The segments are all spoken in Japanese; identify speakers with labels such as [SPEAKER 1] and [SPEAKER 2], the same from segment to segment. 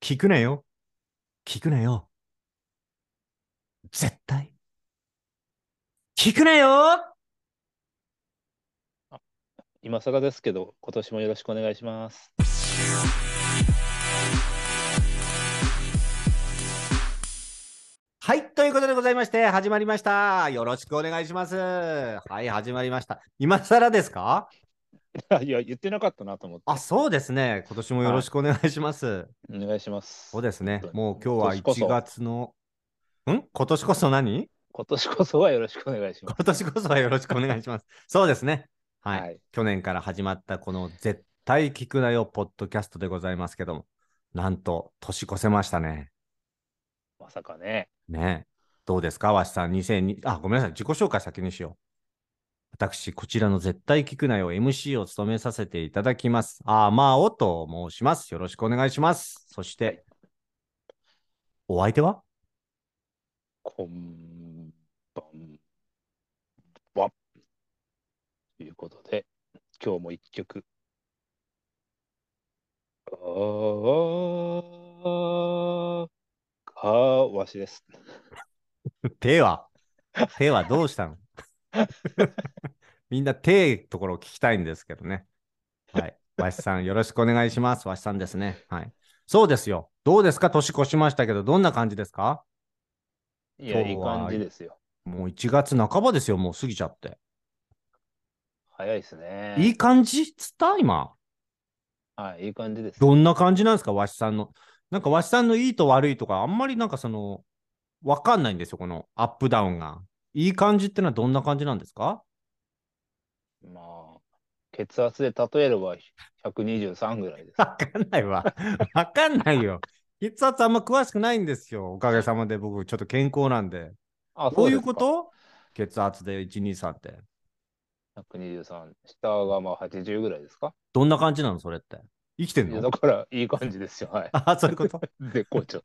[SPEAKER 1] 聞くなよ。聞くなよ。絶対。聞くなよ
[SPEAKER 2] 今更ですけど、今年もよろしくお願いします。
[SPEAKER 1] はい。ということでございまして、始まりました。よろしくお願いします。はい、始まりました。今更ですか
[SPEAKER 2] いや、言ってなかったなと思って。
[SPEAKER 1] あ、そうですね。今年もよろしくお願いします。
[SPEAKER 2] お願いします。
[SPEAKER 1] そうですね
[SPEAKER 2] 本。当に
[SPEAKER 1] もう今日は
[SPEAKER 2] 今年こそ
[SPEAKER 1] 1月の、ん今年こそ何
[SPEAKER 2] 今年こそはよろしくお願いしま
[SPEAKER 1] 今年こそはよろしくお願いします。そうですね。
[SPEAKER 2] す。
[SPEAKER 1] はい。去年から始まったこの絶対聞くなよポッドキャストでございますけども、なんと年越せましたね。
[SPEAKER 2] まさかね。
[SPEAKER 1] ねえどうですか、わしさん、2002、あ、ごめんなさい、自己紹介先にしよう。私、こちらの絶対聞くなよ MC を務めさせていただきます。あーまあおと申します。よろしくお願いします。そして、
[SPEAKER 2] はい
[SPEAKER 1] お相手は
[SPEAKER 2] こんばんは。ということで、今日も一曲。あーかわしです。
[SPEAKER 1] 手は手はどうしたのみんな手ところを聞きたいんですけどね。はい。わしさん、よろしくお願いします。わしさんですね。はい。そうですよ。どうですか年越しましたけど、どんな感じですか
[SPEAKER 2] いや、
[SPEAKER 1] 今
[SPEAKER 2] い
[SPEAKER 1] 日
[SPEAKER 2] い
[SPEAKER 1] は
[SPEAKER 2] 感じですよ。
[SPEAKER 1] もう1月半ばですよ。もう過ぎちゃって。
[SPEAKER 2] 早いですね。
[SPEAKER 1] いい感じっつった今。
[SPEAKER 2] はい、いい感じです。
[SPEAKER 1] どんな感じなんですかわしさんの。なんかわしさんのいいと悪いとか、あんまりなんかその、わかんないんですよ。このアップダウンが。いい感じってのはどんな感じなんですか
[SPEAKER 2] まあ、血圧で例えれば123ぐらいです。
[SPEAKER 1] わかんないわ。わかんないよ。血圧あんま詳しくないんですよ。おかげさまで僕、ちょっと健康なんで。
[SPEAKER 2] あ、
[SPEAKER 1] どういう
[SPEAKER 2] ですか
[SPEAKER 1] こと血圧で123って。
[SPEAKER 2] 123、下がまあ80ぐらいですか
[SPEAKER 1] どんな感じなのそれって。生きてん
[SPEAKER 2] いやだ
[SPEAKER 1] の。
[SPEAKER 2] からいい感じですよ。はい
[SPEAKER 1] あ、そういうこと
[SPEAKER 2] 絶好調。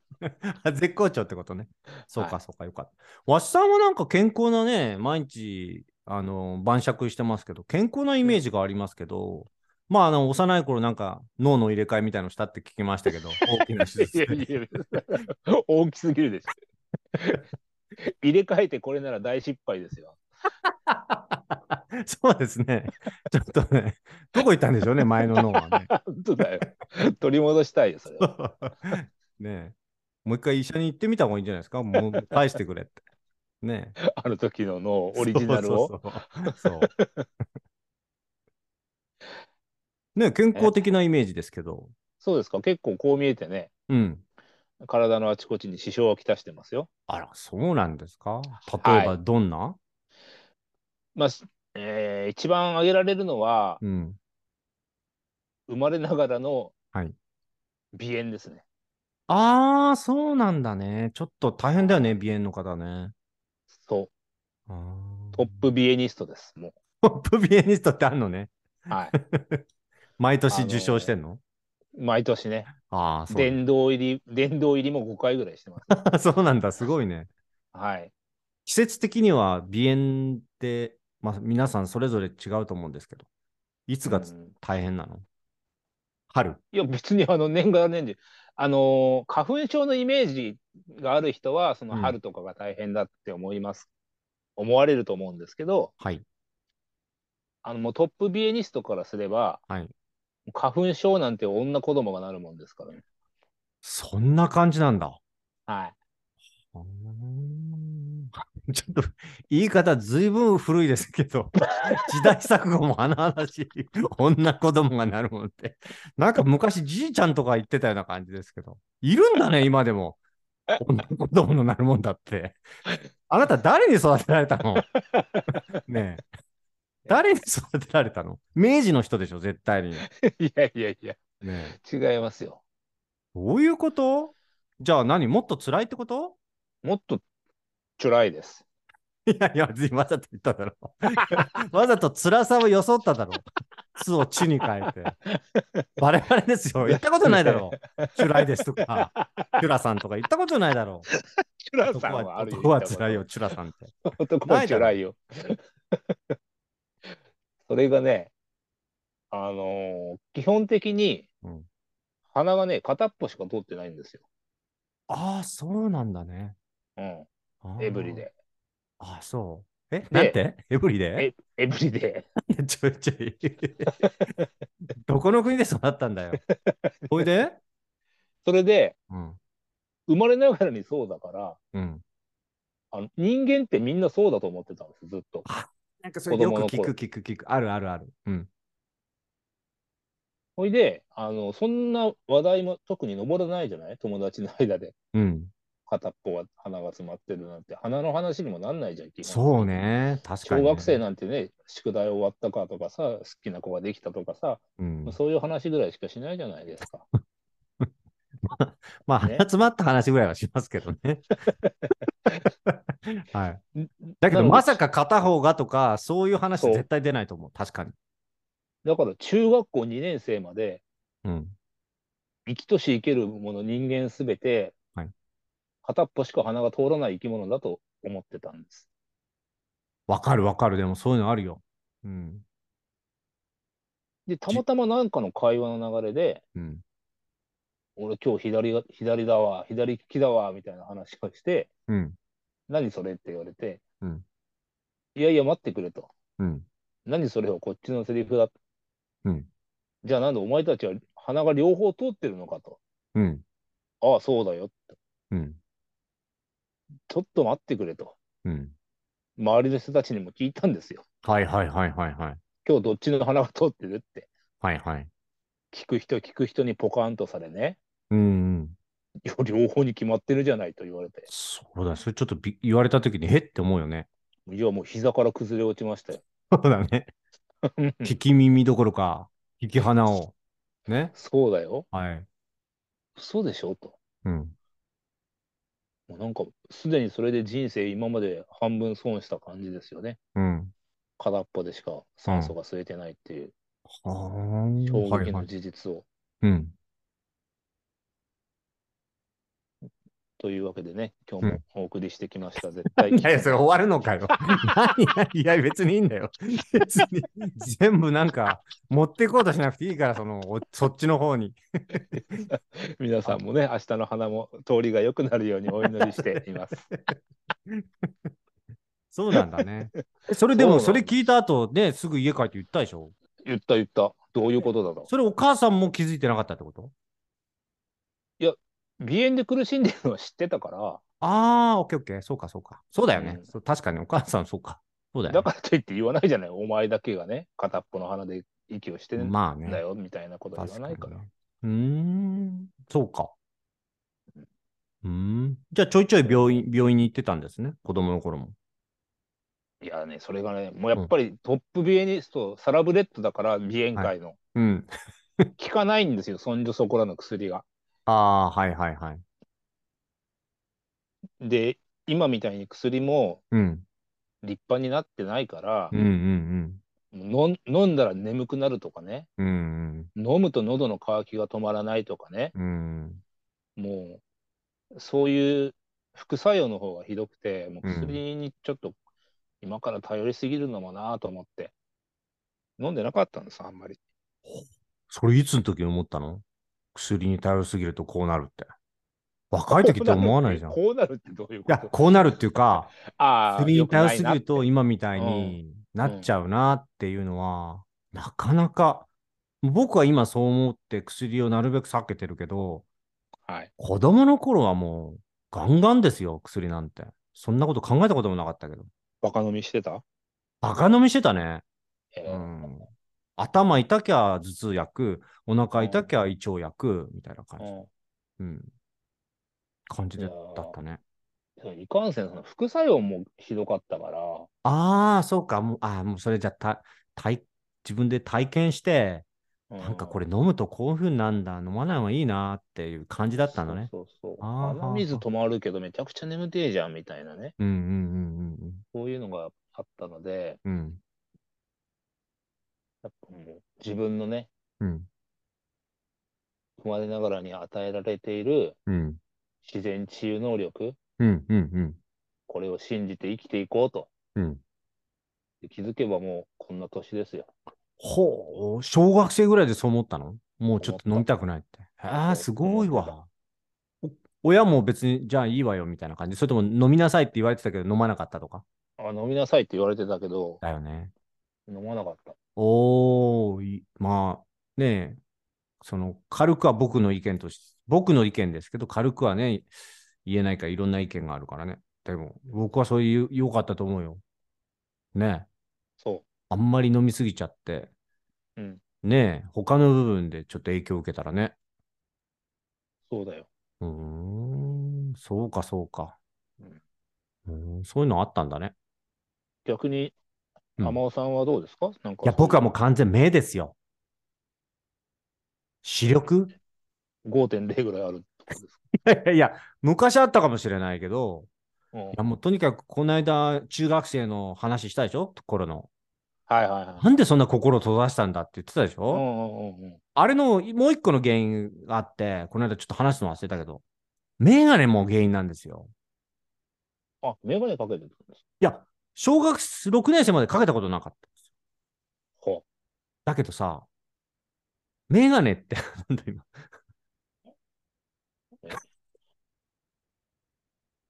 [SPEAKER 1] あ絶好調ってことね。そう
[SPEAKER 2] は
[SPEAKER 1] か、
[SPEAKER 2] い
[SPEAKER 1] そうか、よかった。わしさんはなんか健康なね、毎日、あの、晩酌してますけど、健康なイメージがありますけど、まあ、あの、幼い頃なんか脳の入れ替えみたいのしたって聞きました けど、大きな手
[SPEAKER 2] い
[SPEAKER 1] 術
[SPEAKER 2] やいやいや、大きすぎるでしょ。入れ替えてこれなら大失敗ですよ。
[SPEAKER 1] そうですね。ちょっとね、どこ行ったんでしょうね、前の脳はね。
[SPEAKER 2] 本当だよ。取り戻したいよ、それは。
[SPEAKER 1] ねえもう一回医者に行ってみた方がいいんじゃないですかもう返してくれって。ねえ
[SPEAKER 2] あの時のの オリジナルを。
[SPEAKER 1] そうそう そうそうねえ健康的なイメージですけど。
[SPEAKER 2] そうですか、結構こう見えてね、
[SPEAKER 1] うん。
[SPEAKER 2] 体のあちこちに支障をきたしてますよ。
[SPEAKER 1] あら、そうなんですか例え
[SPEAKER 2] は
[SPEAKER 1] ばどんな、
[SPEAKER 2] まあ、しえー一番挙げられるのは、
[SPEAKER 1] うん。
[SPEAKER 2] 生まれながらの
[SPEAKER 1] はい
[SPEAKER 2] 鼻炎ですね。
[SPEAKER 1] ああ、そうなんだね。ちょっと大変だよね、鼻炎の方ね。
[SPEAKER 2] そう、
[SPEAKER 1] あー
[SPEAKER 2] トップ鼻エニストです。も
[SPEAKER 1] トップ鼻炎ニストってあるのね。
[SPEAKER 2] う、はい。
[SPEAKER 1] 毎年受賞してんの
[SPEAKER 2] 毎年ね、
[SPEAKER 1] ああ、そうね
[SPEAKER 2] 殿堂入り、殿堂入りも5回ぐら いしてます。
[SPEAKER 1] そうなんだ、すごいね。
[SPEAKER 2] はい。
[SPEAKER 1] 季節的には鼻炎って、まあ、皆さんそれぞれ違うと思うんですけど、いつがつ
[SPEAKER 2] うん
[SPEAKER 1] 大変なの春
[SPEAKER 2] いや、別にあの、年がら年中、あのー花粉症のイメージがある人は、その
[SPEAKER 1] うん
[SPEAKER 2] 春とかが大変だって思います。思われると思うんですけど、
[SPEAKER 1] はい。
[SPEAKER 2] あの、もうトップ鼻エニストからすれば、
[SPEAKER 1] はい
[SPEAKER 2] 花粉症なんて女子供がなるもんですからね。
[SPEAKER 1] そんな感じなんだ。
[SPEAKER 2] はい。
[SPEAKER 1] うーん ちょっと言い方ずいぶん古いですけど時代錯誤も甚だしい女子供がなるもんってなんか昔じいちゃんとか言ってたような感じですけどいるんだね今でも女子供のなるもんだってあなた誰に育てられたのねえ誰に育てられたの明治の人でしょ絶対に、ね
[SPEAKER 2] いやいやいや、
[SPEAKER 1] え、
[SPEAKER 2] 違いますよ。
[SPEAKER 1] どういうことじゃあ何もっと辛いってこと
[SPEAKER 2] もっと、ちょらいです。
[SPEAKER 1] いやいや、別にわざと言っただろ。 わざと辛さを装っただろ。つをちに変えて。バレバレです よ。言ったことないだろ。チュライですとか、チュラさんとか言ったことないだろ。
[SPEAKER 2] チュラ
[SPEAKER 1] 男
[SPEAKER 2] さんはあ
[SPEAKER 1] は
[SPEAKER 2] るよ。
[SPEAKER 1] 男は辛いよ、チュラさんって。
[SPEAKER 2] 男はチュラいよ。 それがね、あのー基本的に
[SPEAKER 1] うん、
[SPEAKER 2] 鼻がね、片っぽしか通ってないんですよ。
[SPEAKER 1] ああ、そうなんだね。
[SPEAKER 2] う
[SPEAKER 1] あ
[SPEAKER 2] ん。
[SPEAKER 1] ー
[SPEAKER 2] エブリ。で。
[SPEAKER 1] ああ、そう。え、なんてエブリで
[SPEAKER 2] エブリで。
[SPEAKER 1] ちょいちょい。 どこの国で育ったんだよ。ほいで
[SPEAKER 2] それで、
[SPEAKER 1] うん。
[SPEAKER 2] 生まれながらにそうだから、
[SPEAKER 1] うん。
[SPEAKER 2] あの人間ってみんなそうだと思ってたんです、ずっと。
[SPEAKER 1] なんかそれ
[SPEAKER 2] 子
[SPEAKER 1] よ
[SPEAKER 2] 供
[SPEAKER 1] く
[SPEAKER 2] の
[SPEAKER 1] 聞
[SPEAKER 2] 頃
[SPEAKER 1] く聞く聞く。あるあるある。うん。
[SPEAKER 2] ほいで、あの、そんな話題も特に上らないじゃない友達の間で
[SPEAKER 1] うん。
[SPEAKER 2] 片っぽは鼻が詰まってるなんて、鼻の話にもなんないじゃん、基本的に
[SPEAKER 1] そう。ね。確かに、
[SPEAKER 2] 小
[SPEAKER 1] ね。
[SPEAKER 2] 学生なんてね、宿題終わったかとかさ、好きな子ができたとかさ、
[SPEAKER 1] うん。
[SPEAKER 2] そういう話ぐらいしかしないじゃないですか。
[SPEAKER 1] まあ、
[SPEAKER 2] ね
[SPEAKER 1] 鼻詰まった話ぐらいはしますけど ね。はい。だけど、
[SPEAKER 2] なので
[SPEAKER 1] まさか片方がとか、そういう話
[SPEAKER 2] そう
[SPEAKER 1] 絶対出ないと思う。確かに。
[SPEAKER 2] だから中学校2年生まで
[SPEAKER 1] うん。
[SPEAKER 2] 生きとし生けるもの人間すべて、
[SPEAKER 1] はい
[SPEAKER 2] 片っぽしか鼻が通らない生き物だと思ってたんです。
[SPEAKER 1] わかるわかる。でも、そういうのあるよ。うん。
[SPEAKER 2] で、たまたまなんかの会話の流れで、
[SPEAKER 1] うん。
[SPEAKER 2] 俺今日左が左だわ、左利きだわ、みたいな話をして、
[SPEAKER 1] うん。
[SPEAKER 2] 何それって言われて、
[SPEAKER 1] うん
[SPEAKER 2] いやいや待ってくれと。
[SPEAKER 1] うん。
[SPEAKER 2] 何それをこっちのセリフだ。
[SPEAKER 1] うん
[SPEAKER 2] じゃあなんでお前たちは鼻が両方通ってるのかと。
[SPEAKER 1] うん。
[SPEAKER 2] ああ、そうだよ。
[SPEAKER 1] うん。
[SPEAKER 2] ちょっと待ってくれと。
[SPEAKER 1] うん。
[SPEAKER 2] 周りの人たちにも聞いたんですよ。
[SPEAKER 1] はいはいはいはいはい。
[SPEAKER 2] 今日どっちの鼻が通ってるって。
[SPEAKER 1] はいはい。
[SPEAKER 2] 聞く人聞く人にポカーンとされね。
[SPEAKER 1] うん、うん。
[SPEAKER 2] いや両方に決まってるじゃないと言われて。
[SPEAKER 1] そうだ。それちょっとび言われたときに、へって思うよね。
[SPEAKER 2] いや、もう膝から崩れ落ちましたよ。
[SPEAKER 1] そうだね。聞き耳どころか、聞き鼻を。ね。
[SPEAKER 2] そうだよ。
[SPEAKER 1] はい。
[SPEAKER 2] 嘘でしょと。
[SPEAKER 1] うん。
[SPEAKER 2] もうなんか、すでにそれで人生今まで半分損した感じですよね。
[SPEAKER 1] うん。
[SPEAKER 2] 片っぽでしか酸素が吸えてないっていう
[SPEAKER 1] は
[SPEAKER 2] 衝
[SPEAKER 1] ーはい
[SPEAKER 2] 撃
[SPEAKER 1] は
[SPEAKER 2] の
[SPEAKER 1] い。
[SPEAKER 2] 事実を。
[SPEAKER 1] うん。
[SPEAKER 2] というわけでね、今日もお送りしてきました。絶 対
[SPEAKER 1] いやいや、それ終わるの かよ。何何いや、別にいいんだよ。別に、全部なんか、持ってこうとしなくていいから、その、おそっちの方に。
[SPEAKER 2] 皆さんもね、明日の花も通りが良くなるようにお祈りしています。
[SPEAKER 1] そうなんだね。えそれでも、
[SPEAKER 2] そ
[SPEAKER 1] そう
[SPEAKER 2] な
[SPEAKER 1] れ
[SPEAKER 2] んです
[SPEAKER 1] 聞いた後、ね、すぐ家帰って言ったでしょ。
[SPEAKER 2] 言った言った。どういうことだろ
[SPEAKER 1] それお母さんも気づいてなかったってこと
[SPEAKER 2] う。鼻炎で苦しんでるのは知ってたか
[SPEAKER 1] ああ、オッケーオッケー、そうかそうか。そうだよね
[SPEAKER 2] う。ん
[SPEAKER 1] そう確かに、お母さんそうか。そうだ
[SPEAKER 2] ら、
[SPEAKER 1] よ
[SPEAKER 2] だ
[SPEAKER 1] ね、
[SPEAKER 2] からといって言わないじゃない。お前だけがね、片っぽの鼻で息をしてん
[SPEAKER 1] まあ
[SPEAKER 2] だ
[SPEAKER 1] ね。
[SPEAKER 2] よ、みたいなこと言わ
[SPEAKER 1] 確か
[SPEAKER 2] な
[SPEAKER 1] に
[SPEAKER 2] い
[SPEAKER 1] ね
[SPEAKER 2] から。。
[SPEAKER 1] うーん、そうか。うーん。じゃあ、ちょいちょい病院、病院に行ってたんですね。子供の頃も。
[SPEAKER 2] いやね、それがね、もうやっぱりトップビエニスト、サラブレッドだから、鼻炎界の。
[SPEAKER 1] うん。
[SPEAKER 2] 効かないんですよ、そんじょそこらの薬が。
[SPEAKER 1] ああ、はいはいはい。
[SPEAKER 2] で、今みたいに薬も
[SPEAKER 1] うん。
[SPEAKER 2] 立派になってないから、
[SPEAKER 1] うんうん
[SPEAKER 2] 飲ん飲んだら眠くなるとかね
[SPEAKER 1] うん。うん
[SPEAKER 2] 飲むと喉の渇きが止まらないとかね
[SPEAKER 1] うん。うん。
[SPEAKER 2] もうそういう副作用の方がひどくてもう薬にちょっと今から頼りすぎるのもなぁと思って飲んでなかったんですあんまり
[SPEAKER 1] それいつの時に思ったの薬に頼りすぎるとこうなるって。若い時って思わないじゃん。い
[SPEAKER 2] こうなるってこうなるってどういうこ
[SPEAKER 1] や、
[SPEAKER 2] と
[SPEAKER 1] こうなるっていうか、
[SPEAKER 2] ああ
[SPEAKER 1] 薬
[SPEAKER 2] 良
[SPEAKER 1] に
[SPEAKER 2] くな
[SPEAKER 1] 頼り
[SPEAKER 2] い
[SPEAKER 1] すぎ
[SPEAKER 2] な
[SPEAKER 1] ると今みたいになっちゃうなっていうのは、なかなか、僕は今そう思って薬をなるべく避けてるけど、
[SPEAKER 2] はい
[SPEAKER 1] 子供の頃はもうガンガンですよ、薬なんて。そんなこと考えたこともなかったけど。
[SPEAKER 2] バカ飲みしてた、
[SPEAKER 1] バカ飲みしてたね。
[SPEAKER 2] え
[SPEAKER 1] う
[SPEAKER 2] ー
[SPEAKER 1] ん頭痛きゃ頭痛薬、お腹痛きゃ胃腸薬みたいな感じ。
[SPEAKER 2] うん
[SPEAKER 1] うん。感じだ
[SPEAKER 2] いやー
[SPEAKER 1] ったね。
[SPEAKER 2] そういかんせんその副作用もひどかったから
[SPEAKER 1] ああ、そうか。もう、ああ、もうそれじゃた体自分で体験して、
[SPEAKER 2] う
[SPEAKER 1] なんかこれ飲むとこういう風になんだ、飲まない方がいいなっていう感じだったのね。
[SPEAKER 2] そうそうそう
[SPEAKER 1] あー
[SPEAKER 2] 鼻水止まるけどめちゃくちゃ眠てえじゃんみたいなね。
[SPEAKER 1] うんうん
[SPEAKER 2] そういうのがあったので、
[SPEAKER 1] うんうんうん。
[SPEAKER 2] やっぱもう自分のね、
[SPEAKER 1] うん
[SPEAKER 2] 生まれながらに与えられている
[SPEAKER 1] うん
[SPEAKER 2] 自然治癒能力、
[SPEAKER 1] うんうんうん
[SPEAKER 2] これを信じて生きていこうと。
[SPEAKER 1] うん。
[SPEAKER 2] で気づけばもうこんな年ですよ。
[SPEAKER 1] ほう、小学生ぐらいでそう思ったのもうちょっと飲みたくないって。ああ、すごいわ。お親も別に、じゃあいいわよみたいな感じ。それとも飲みなさいって言われてたけど、飲まなかったとか。
[SPEAKER 2] あ飲みなさいって言われてたけど、
[SPEAKER 1] だよね。
[SPEAKER 2] 飲まなかった。
[SPEAKER 1] おー、いまあ、ねえ、その、軽くは僕の意見とし、僕の意見ですけど、軽くはね、言えないからいろんな意見があるからね。でも、僕はそういう、良かったと思うよ。ねえ、
[SPEAKER 2] そ
[SPEAKER 1] あんまり飲みすぎちゃって、
[SPEAKER 2] う。うん。
[SPEAKER 1] ねえ、他の部分でちょっと影響を受けたらね。
[SPEAKER 2] そうだよ。
[SPEAKER 1] うーん、そうか、そうか。
[SPEAKER 2] うん
[SPEAKER 1] うーん、そういうのあったんだね。
[SPEAKER 2] 逆に、
[SPEAKER 1] うん
[SPEAKER 2] 浜尾さんはどうですか、なんか。
[SPEAKER 1] いや、僕はもう完全目ですよ。視力
[SPEAKER 2] う。5.0ぐらいあるとこですか。
[SPEAKER 1] いや いや、昔あったかもしれないけど、
[SPEAKER 2] う
[SPEAKER 1] い
[SPEAKER 2] ん
[SPEAKER 1] やもうとにかくこの間、中学生の話したでしょ頃の。
[SPEAKER 2] はいはいはい。
[SPEAKER 1] なんでそんな心を閉ざしたんだって言ってたでし
[SPEAKER 2] う
[SPEAKER 1] ょ、
[SPEAKER 2] んうんうんうん。
[SPEAKER 1] あれのもう一個の原因があって、この間ちょっと話すの忘れたけど、メガネも原因なんですよ。
[SPEAKER 2] あ、メガネかけてるんです。
[SPEAKER 1] いや、小学6年生までかけたことなかった。
[SPEAKER 2] は
[SPEAKER 1] だけどさ、メガネって、 なんだ今。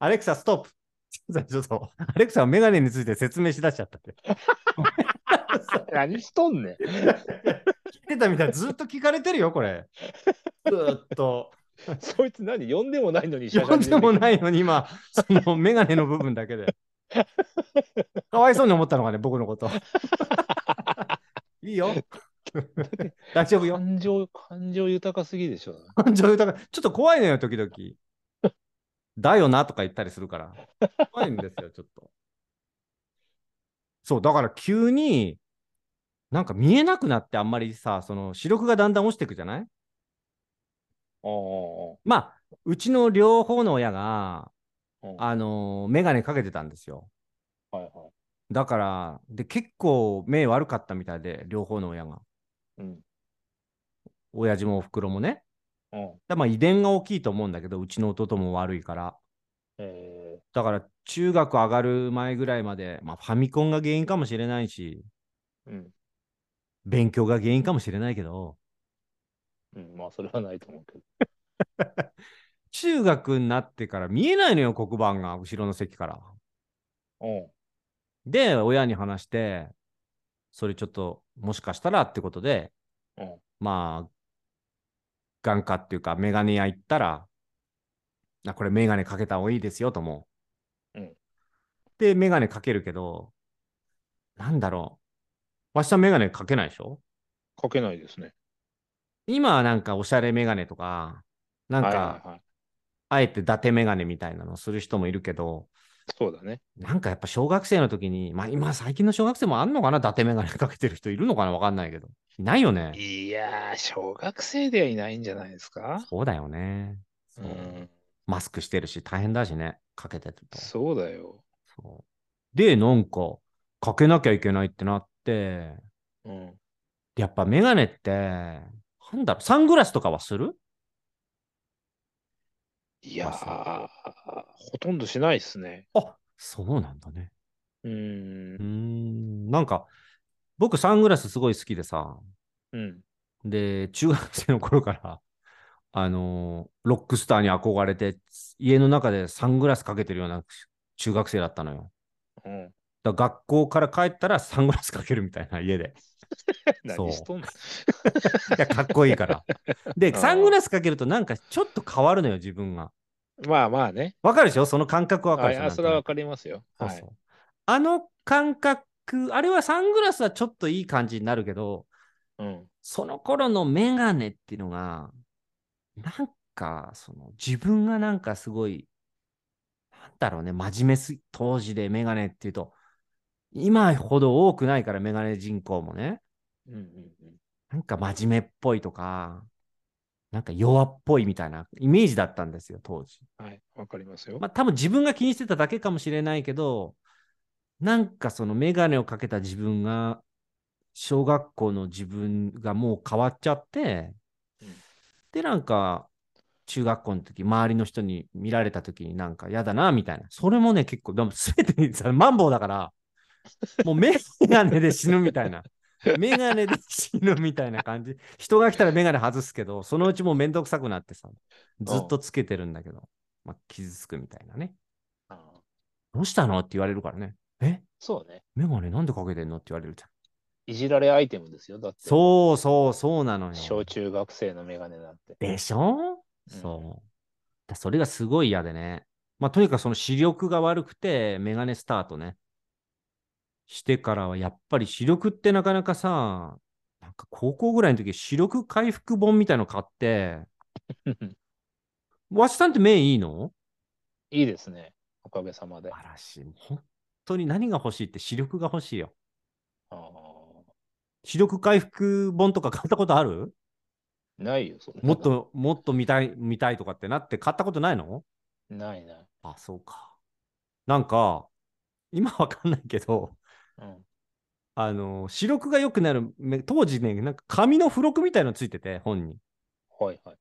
[SPEAKER 1] アレクサ、ストップ。 ちょっと、アレクサはメガネについて説明しだしちゃったって。
[SPEAKER 2] あ何しとんねん。
[SPEAKER 1] 聞いてたみたい、ずっと聞かれてるよ、これ。ずーっと。
[SPEAKER 2] そいつ何呼んでもないのに
[SPEAKER 1] 読んでもないの
[SPEAKER 2] に。
[SPEAKER 1] に、今、そのメガネの部分だけで。かわいそうに思ったのがね、僕のこと。いいよ。大丈夫よ。
[SPEAKER 2] 感情、感情豊かすぎでしょ。
[SPEAKER 1] 感情豊か。ちょっと怖いのよ、時々。だよなとか言ったりするから。怖いんですよ、ちょっと。そう、だから急に、なんか見えなくなって、あんまりさ、その視力がだんだん落ちてくじゃない
[SPEAKER 2] ああ
[SPEAKER 1] まあ、うちの両方の親が、
[SPEAKER 2] ああああ。
[SPEAKER 1] あのー、眼鏡かけてたんですよ。
[SPEAKER 2] はいはい。
[SPEAKER 1] だから、で、結構目悪かったみたいで、両方の親が。
[SPEAKER 2] うん。
[SPEAKER 1] 親父もお袋もね。
[SPEAKER 2] うん。
[SPEAKER 1] だまあ、遺伝が大きいと思うんだけど、うちの弟も悪いから。
[SPEAKER 2] え
[SPEAKER 1] だから中学上がる前ぐらいまで、まあ、ファミコンが原因かもしれないし、
[SPEAKER 2] ー、うん。
[SPEAKER 1] 勉強が原因かもしれないけど、
[SPEAKER 2] うん。まあ、それはないと思うけど。
[SPEAKER 1] 中学になってから見えないのよ、黒板が、後ろの席から。
[SPEAKER 2] うん。
[SPEAKER 1] で、親に話して、それちょっと、もしかしたらってことで、
[SPEAKER 2] うん。
[SPEAKER 1] まあ、眼科っていうか、メガネ屋行ったら、あこれメガネかけた方がいいですよと思う。
[SPEAKER 2] うん
[SPEAKER 1] で、メガネかけるけど、なんだろう。わしさんメガネかけないでしょ
[SPEAKER 2] かけないですね。
[SPEAKER 1] 今はなんかおしゃれメガネとか、なん
[SPEAKER 2] はいは
[SPEAKER 1] か
[SPEAKER 2] いはい。
[SPEAKER 1] あえて伊達メガネみたいなのする人もいるけど、
[SPEAKER 2] そうだね。
[SPEAKER 1] なんかやっぱ小学生の時に、まあ今最近の小学生もあんのかな伊達メガネかけてる人いるのかなわかんないけど。いないよね。
[SPEAKER 2] いやー、小学生ではいないんじゃないですか。。
[SPEAKER 1] そうだよね。そううんマスクしてるし大変だしね。かけてると。
[SPEAKER 2] そうだよ。
[SPEAKER 1] そうで、なんかかけなきゃいけないってなって、
[SPEAKER 2] うん。
[SPEAKER 1] でやっぱメガネって、なんだろう、サングラスとかはする
[SPEAKER 2] いやー
[SPEAKER 1] ま、
[SPEAKER 2] ほとんどしないですね。
[SPEAKER 1] あ、そうなんだね。
[SPEAKER 2] う
[SPEAKER 1] うー
[SPEAKER 2] ん。
[SPEAKER 1] ん、なんか、僕サングラスすごい好きでさ、
[SPEAKER 2] うん。
[SPEAKER 1] で、中学生の頃から、あのーロックスターに憧れて、家の中でサングラスかけてるような中学生だったのよ。
[SPEAKER 2] うん。
[SPEAKER 1] だから学校から帰ったらサングラスかけるみたいな家で。
[SPEAKER 2] 何しとんの
[SPEAKER 1] いや、かっこいいから。で、
[SPEAKER 2] あー
[SPEAKER 1] サングラスかけるとなんかちょっと変わるのよ、自分が。
[SPEAKER 2] まあまあね。
[SPEAKER 1] わかるでしょその感覚わか
[SPEAKER 2] は
[SPEAKER 1] る
[SPEAKER 2] い、
[SPEAKER 1] でしょ
[SPEAKER 2] あそれは
[SPEAKER 1] なん
[SPEAKER 2] わ
[SPEAKER 1] と
[SPEAKER 2] かりますよ。
[SPEAKER 1] なく
[SPEAKER 2] は
[SPEAKER 1] そう
[SPEAKER 2] い
[SPEAKER 1] そう。あの感覚、あれはサングラスはちょっといい感じになるけど、
[SPEAKER 2] うん。
[SPEAKER 1] その頃のメガネっていうのが、なんか、その自分がなんかすごい、なんだろうね、真面目すぎ、当時でメガネっていうと、今ほど多くないからメガネ人口もね、
[SPEAKER 2] うんうんうん。
[SPEAKER 1] なんか真面目っぽいとか、なんか弱っぽいみたいなイメージだったんですよ、当時。
[SPEAKER 2] はい、わかりますよ。
[SPEAKER 1] まあ多分自分が気にしてただけかもしれないけど、なんかそのメガネをかけた自分が、小学校の自分がもう変わっちゃって、
[SPEAKER 2] うん
[SPEAKER 1] で、なんか、中学校の時、周りの人に見られた時になんか嫌だな、みたいな。それも ね、結構、でも全てにさ、マンボウだから、もうメガネで死ぬみたいな。メガネで死ぬみたいな感じ。人が来たらメガネ外すけど、そのうちもうめんどくさくなってさ、ずっとつけてるんだけど、まあ、傷つくみたいなね。
[SPEAKER 2] うん
[SPEAKER 1] どうしたのって言われるからね。え
[SPEAKER 2] そうね。
[SPEAKER 1] メガネなんでかけてんのって言われるじゃん。
[SPEAKER 2] いじられアイテムですよ。だって、
[SPEAKER 1] そうそう、そうなのよ。
[SPEAKER 2] 小中学生のメガネなんて。
[SPEAKER 1] でしょ
[SPEAKER 2] うん
[SPEAKER 1] そう。だそれがすごい嫌でね。まあ、とにかくその視力が悪くて、メガネスタートね。してからは、やっぱり視力ってなかなかさ、なんか高校ぐらいの時、視力回復本みたいの買って、わしさんって目いいの
[SPEAKER 2] いいですね。おかげさまで。
[SPEAKER 1] 嵐、本当に何が欲しいって視力が欲しいよ。
[SPEAKER 2] ああ
[SPEAKER 1] 視力回復本とか買ったことある
[SPEAKER 2] ないよ、そんなの
[SPEAKER 1] もっ。と、もっと見たい、見たいとかってなって買ったことないの
[SPEAKER 2] ないない。
[SPEAKER 1] あ、そうか。なんか、今わかんないけど、
[SPEAKER 2] うん。
[SPEAKER 1] あの、視力が良くなるめ、当時ね、なんか紙の付録みたいのついてて、本に。
[SPEAKER 2] はいはい。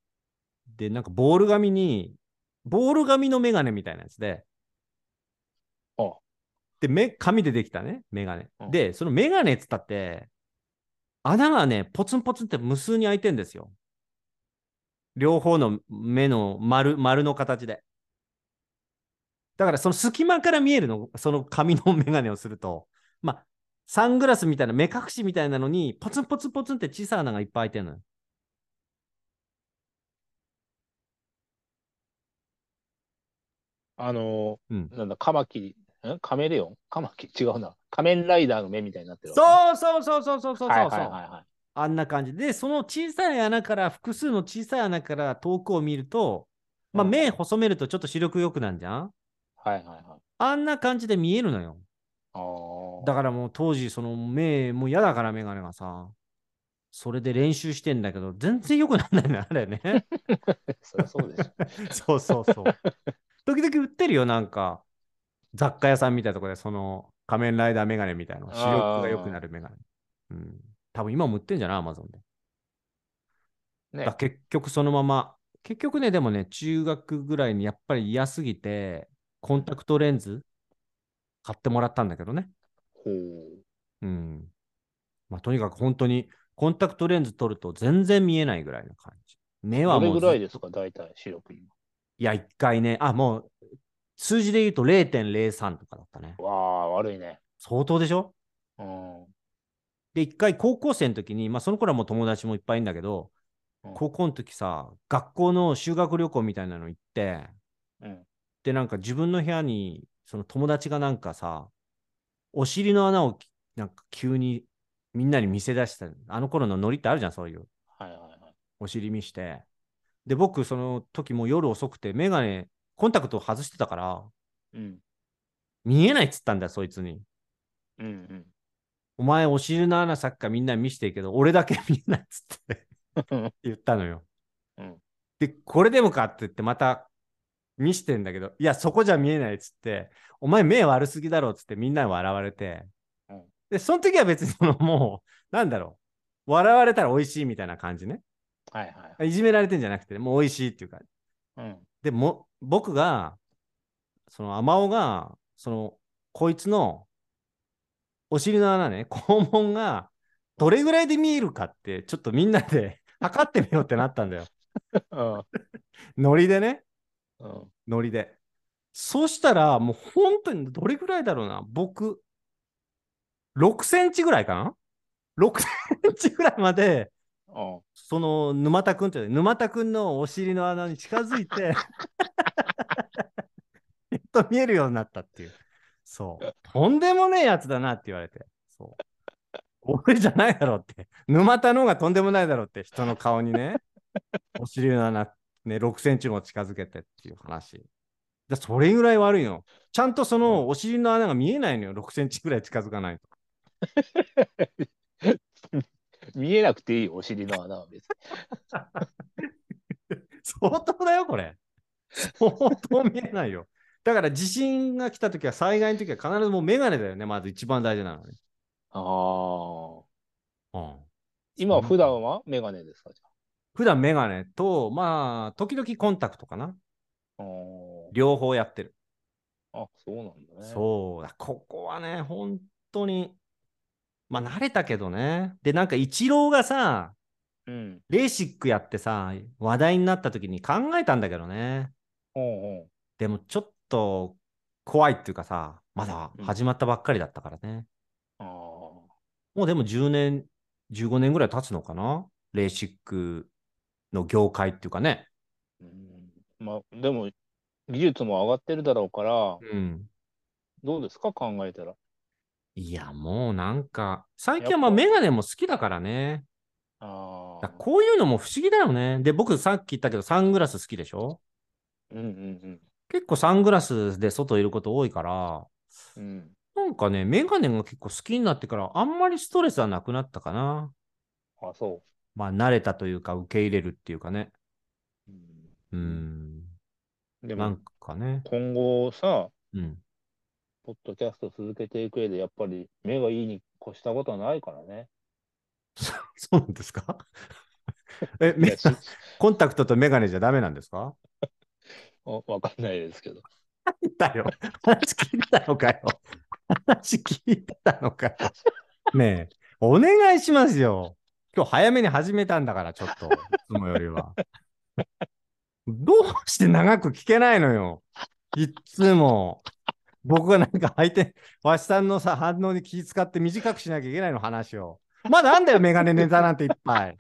[SPEAKER 1] で、なんかボール紙に、ボール紙のメガネみたいなやつで、
[SPEAKER 2] あ
[SPEAKER 1] で、め紙でできたね、メガネ
[SPEAKER 2] う。ん
[SPEAKER 1] で、そのメガネっつったって、穴がね、ポツンポツンって無数に開いてんですよ。両方の目の丸、丸の形で。だからその隙間から見えるの、その紙のメガネをすると、まあ、サングラスみたいな目隠しみたいなのに、ポツンポツンポツンって小さな穴がいっぱい開いてるのよ。
[SPEAKER 2] あの
[SPEAKER 1] うん
[SPEAKER 2] ー、なんだ、カマキリ、んカメレオンカマキリ、違うな。仮面ライダーの目みたいになってる。
[SPEAKER 1] そうそうそうそうそうそうそう。
[SPEAKER 2] はいはいはいはい。
[SPEAKER 1] あんな感じで、その小さい穴から、複数の小さい穴から遠くを見ると、まあ、
[SPEAKER 2] うん
[SPEAKER 1] 目細めるとちょっと視力良くなんじゃん
[SPEAKER 2] はいはいはい。
[SPEAKER 1] あんな感じで見えるのよ。
[SPEAKER 2] ああ。
[SPEAKER 1] だからもう当時、その目、もう嫌だからメガネがさ、それで練習してんだけど、全然良くなんないのよ、あれ ね。
[SPEAKER 2] そりゃそうでしょ。
[SPEAKER 1] そうそうそう。時々売ってるよ、なんか、雑貨屋さんみたいなとこで、その仮面ライダーメガネみたいな、視力が良くなるメガネ。うん。多分今も売ってんじゃないアマゾンで。
[SPEAKER 2] ね
[SPEAKER 1] だ結局そのまま、結局ね、でもね、中学ぐらいにやっぱり嫌すぎて、コンタクトレンズ買ってもらったんだけどね。
[SPEAKER 2] ほう。
[SPEAKER 1] うん。まあ、とにかく本当に、コンタクトレンズ取ると全然見えないぐらいの感じ。目は
[SPEAKER 2] どれ
[SPEAKER 1] もう
[SPEAKER 2] ぐ
[SPEAKER 1] ず、
[SPEAKER 2] らいですか、大体、視力今。
[SPEAKER 1] いや、一回ね、あ、もう、数字で言うと0.03とかだったね。
[SPEAKER 2] わあ、悪いね。
[SPEAKER 1] 相当でしょ
[SPEAKER 2] うん。
[SPEAKER 1] で、一回高校生の時に、まあ、その頃はもう友達もいっぱいいんだけど、
[SPEAKER 2] うん
[SPEAKER 1] 高校の時さ、学校の修学旅行みたいなの行って、
[SPEAKER 2] うん。
[SPEAKER 1] で、なんか自分の部屋に、その友達がなんかさ、お尻の穴をきなんか急にみんなに見せ出した、あの頃のノリってあるじゃん、そういう。
[SPEAKER 2] はいはいはい。
[SPEAKER 1] お尻見して。で、僕、その時もう夜遅くて、メガネ、コンタクトを外してたから、
[SPEAKER 2] うん。
[SPEAKER 1] 見えないっつったんだよ、そいつに。
[SPEAKER 2] うんうん。
[SPEAKER 1] お前、お尻の穴さっきからみんなに見せてるけど、俺だけ見えないっつって 言ったのよ。
[SPEAKER 2] うん
[SPEAKER 1] で、これでもかって言って、また見してんだけど、いや、そこじゃ見えないっつって、お前目悪すぎだろっつってみんなに笑われて、
[SPEAKER 2] うん
[SPEAKER 1] で、その時は別にそのもう、なんだろう、笑われたら美味しいみたいな感じね。
[SPEAKER 2] はいはい
[SPEAKER 1] じめられてんじゃなくてね、もう美味しいっていうか。
[SPEAKER 2] い。うん。
[SPEAKER 1] でも、僕が、その、甘尾が、その、こいつの、お尻の穴ね、肛門が、どれぐらいで見えるかって、ちょっとみんなで 測ってみようってなったんだよ。
[SPEAKER 2] うん。
[SPEAKER 1] ノリでね、
[SPEAKER 2] うん。
[SPEAKER 1] ノリで。そしたら、もう本当にどれぐらいだろうな、僕、6センチぐらいかな ?6 センチぐらいまで、
[SPEAKER 2] うん
[SPEAKER 1] その沼田くんって言うの、沼田くんのお尻の穴に近づいて、やっと見えるようになったっていう。そう。とんでもねえやつだなって言われて。そう。俺じゃないだろうって。沼田の方がとんでもないだろうって、人の顔にね、お尻の穴、ね、6センチも近づけてっていう話。でそれぐらい悪いの。ちゃんとそのお尻の穴が見えないのよ、6センチぐらい近づかないと。
[SPEAKER 2] 見えなくていいよお尻の穴は別に。
[SPEAKER 1] 相当だよ、これ。相当見えないよ。だから地震が来たときは、災害のときは必ずもうメガネだよね、まず一番大事なのね。
[SPEAKER 2] あ
[SPEAKER 1] う
[SPEAKER 2] あ。
[SPEAKER 1] ん、
[SPEAKER 2] 今、普段はメガネですかじ
[SPEAKER 1] 普段メガネと、まあ、時々コンタクトかな。
[SPEAKER 2] ゃあ。うん
[SPEAKER 1] 両方やってる。
[SPEAKER 2] あ、そうなんだね。
[SPEAKER 1] そうだ、ここはね、本当にまあ慣れたけどね。で、なんか一郎がさ、
[SPEAKER 2] うん。
[SPEAKER 1] レーシックやってさ、話題になった時に考えたんだけどね。
[SPEAKER 2] ほう
[SPEAKER 1] でもちょっと怖いっていうかさ、まだ始まったばっかりだったからね。
[SPEAKER 2] ほう。あ
[SPEAKER 1] もうでも10年、15年ぐらい経つのかなレーシックの業界っていうかね。
[SPEAKER 2] あ。うん、まあ、でも、技術も上がってるだろうから、
[SPEAKER 1] うん。
[SPEAKER 2] どうですか考えたら。
[SPEAKER 1] いや、もうなんか、最近
[SPEAKER 2] や
[SPEAKER 1] は
[SPEAKER 2] っ
[SPEAKER 1] まあ
[SPEAKER 2] ぱ
[SPEAKER 1] メガネも好きだからね。
[SPEAKER 2] あ
[SPEAKER 1] だ
[SPEAKER 2] あ
[SPEAKER 1] から。こういうのも不思議だよね。で、僕さっき言ったけど、サングラス好きでしょ
[SPEAKER 2] うんうん
[SPEAKER 1] 結構サングラスで外いること多いから、
[SPEAKER 2] うん。うん。
[SPEAKER 1] なんかね、メガネが結構好きになってから、あんまりストレスはなくなったかな。
[SPEAKER 2] あ、そ
[SPEAKER 1] まあ、慣れたというか、受け入れるっていうかね。
[SPEAKER 2] う。
[SPEAKER 1] う
[SPEAKER 2] うん
[SPEAKER 1] ん。
[SPEAKER 2] で
[SPEAKER 1] な
[SPEAKER 2] も
[SPEAKER 1] ん、かね。
[SPEAKER 2] 今後さ、
[SPEAKER 1] うん。
[SPEAKER 2] ポッドキャスト続けていく上で、やっぱり目がいいに越したことはないから ね。
[SPEAKER 1] そうなんですか え、
[SPEAKER 2] い
[SPEAKER 1] メ
[SPEAKER 2] やし
[SPEAKER 1] コンタクトとメガネじゃダメなんですか
[SPEAKER 2] おわかんないですけど。
[SPEAKER 1] だよ。話聞いたのかよ。話聞いたのかよ。ねえ、お願いしますよ。今日早めに始めたんだから、ちょっと、いつもよりは。どうして長く聞けないのよ。いっつも。僕がなんか相手、わしさんのさ、反応に気遣って短くしなきゃいけないの、話を。まだあんだよ、メガネネタなんていっぱい。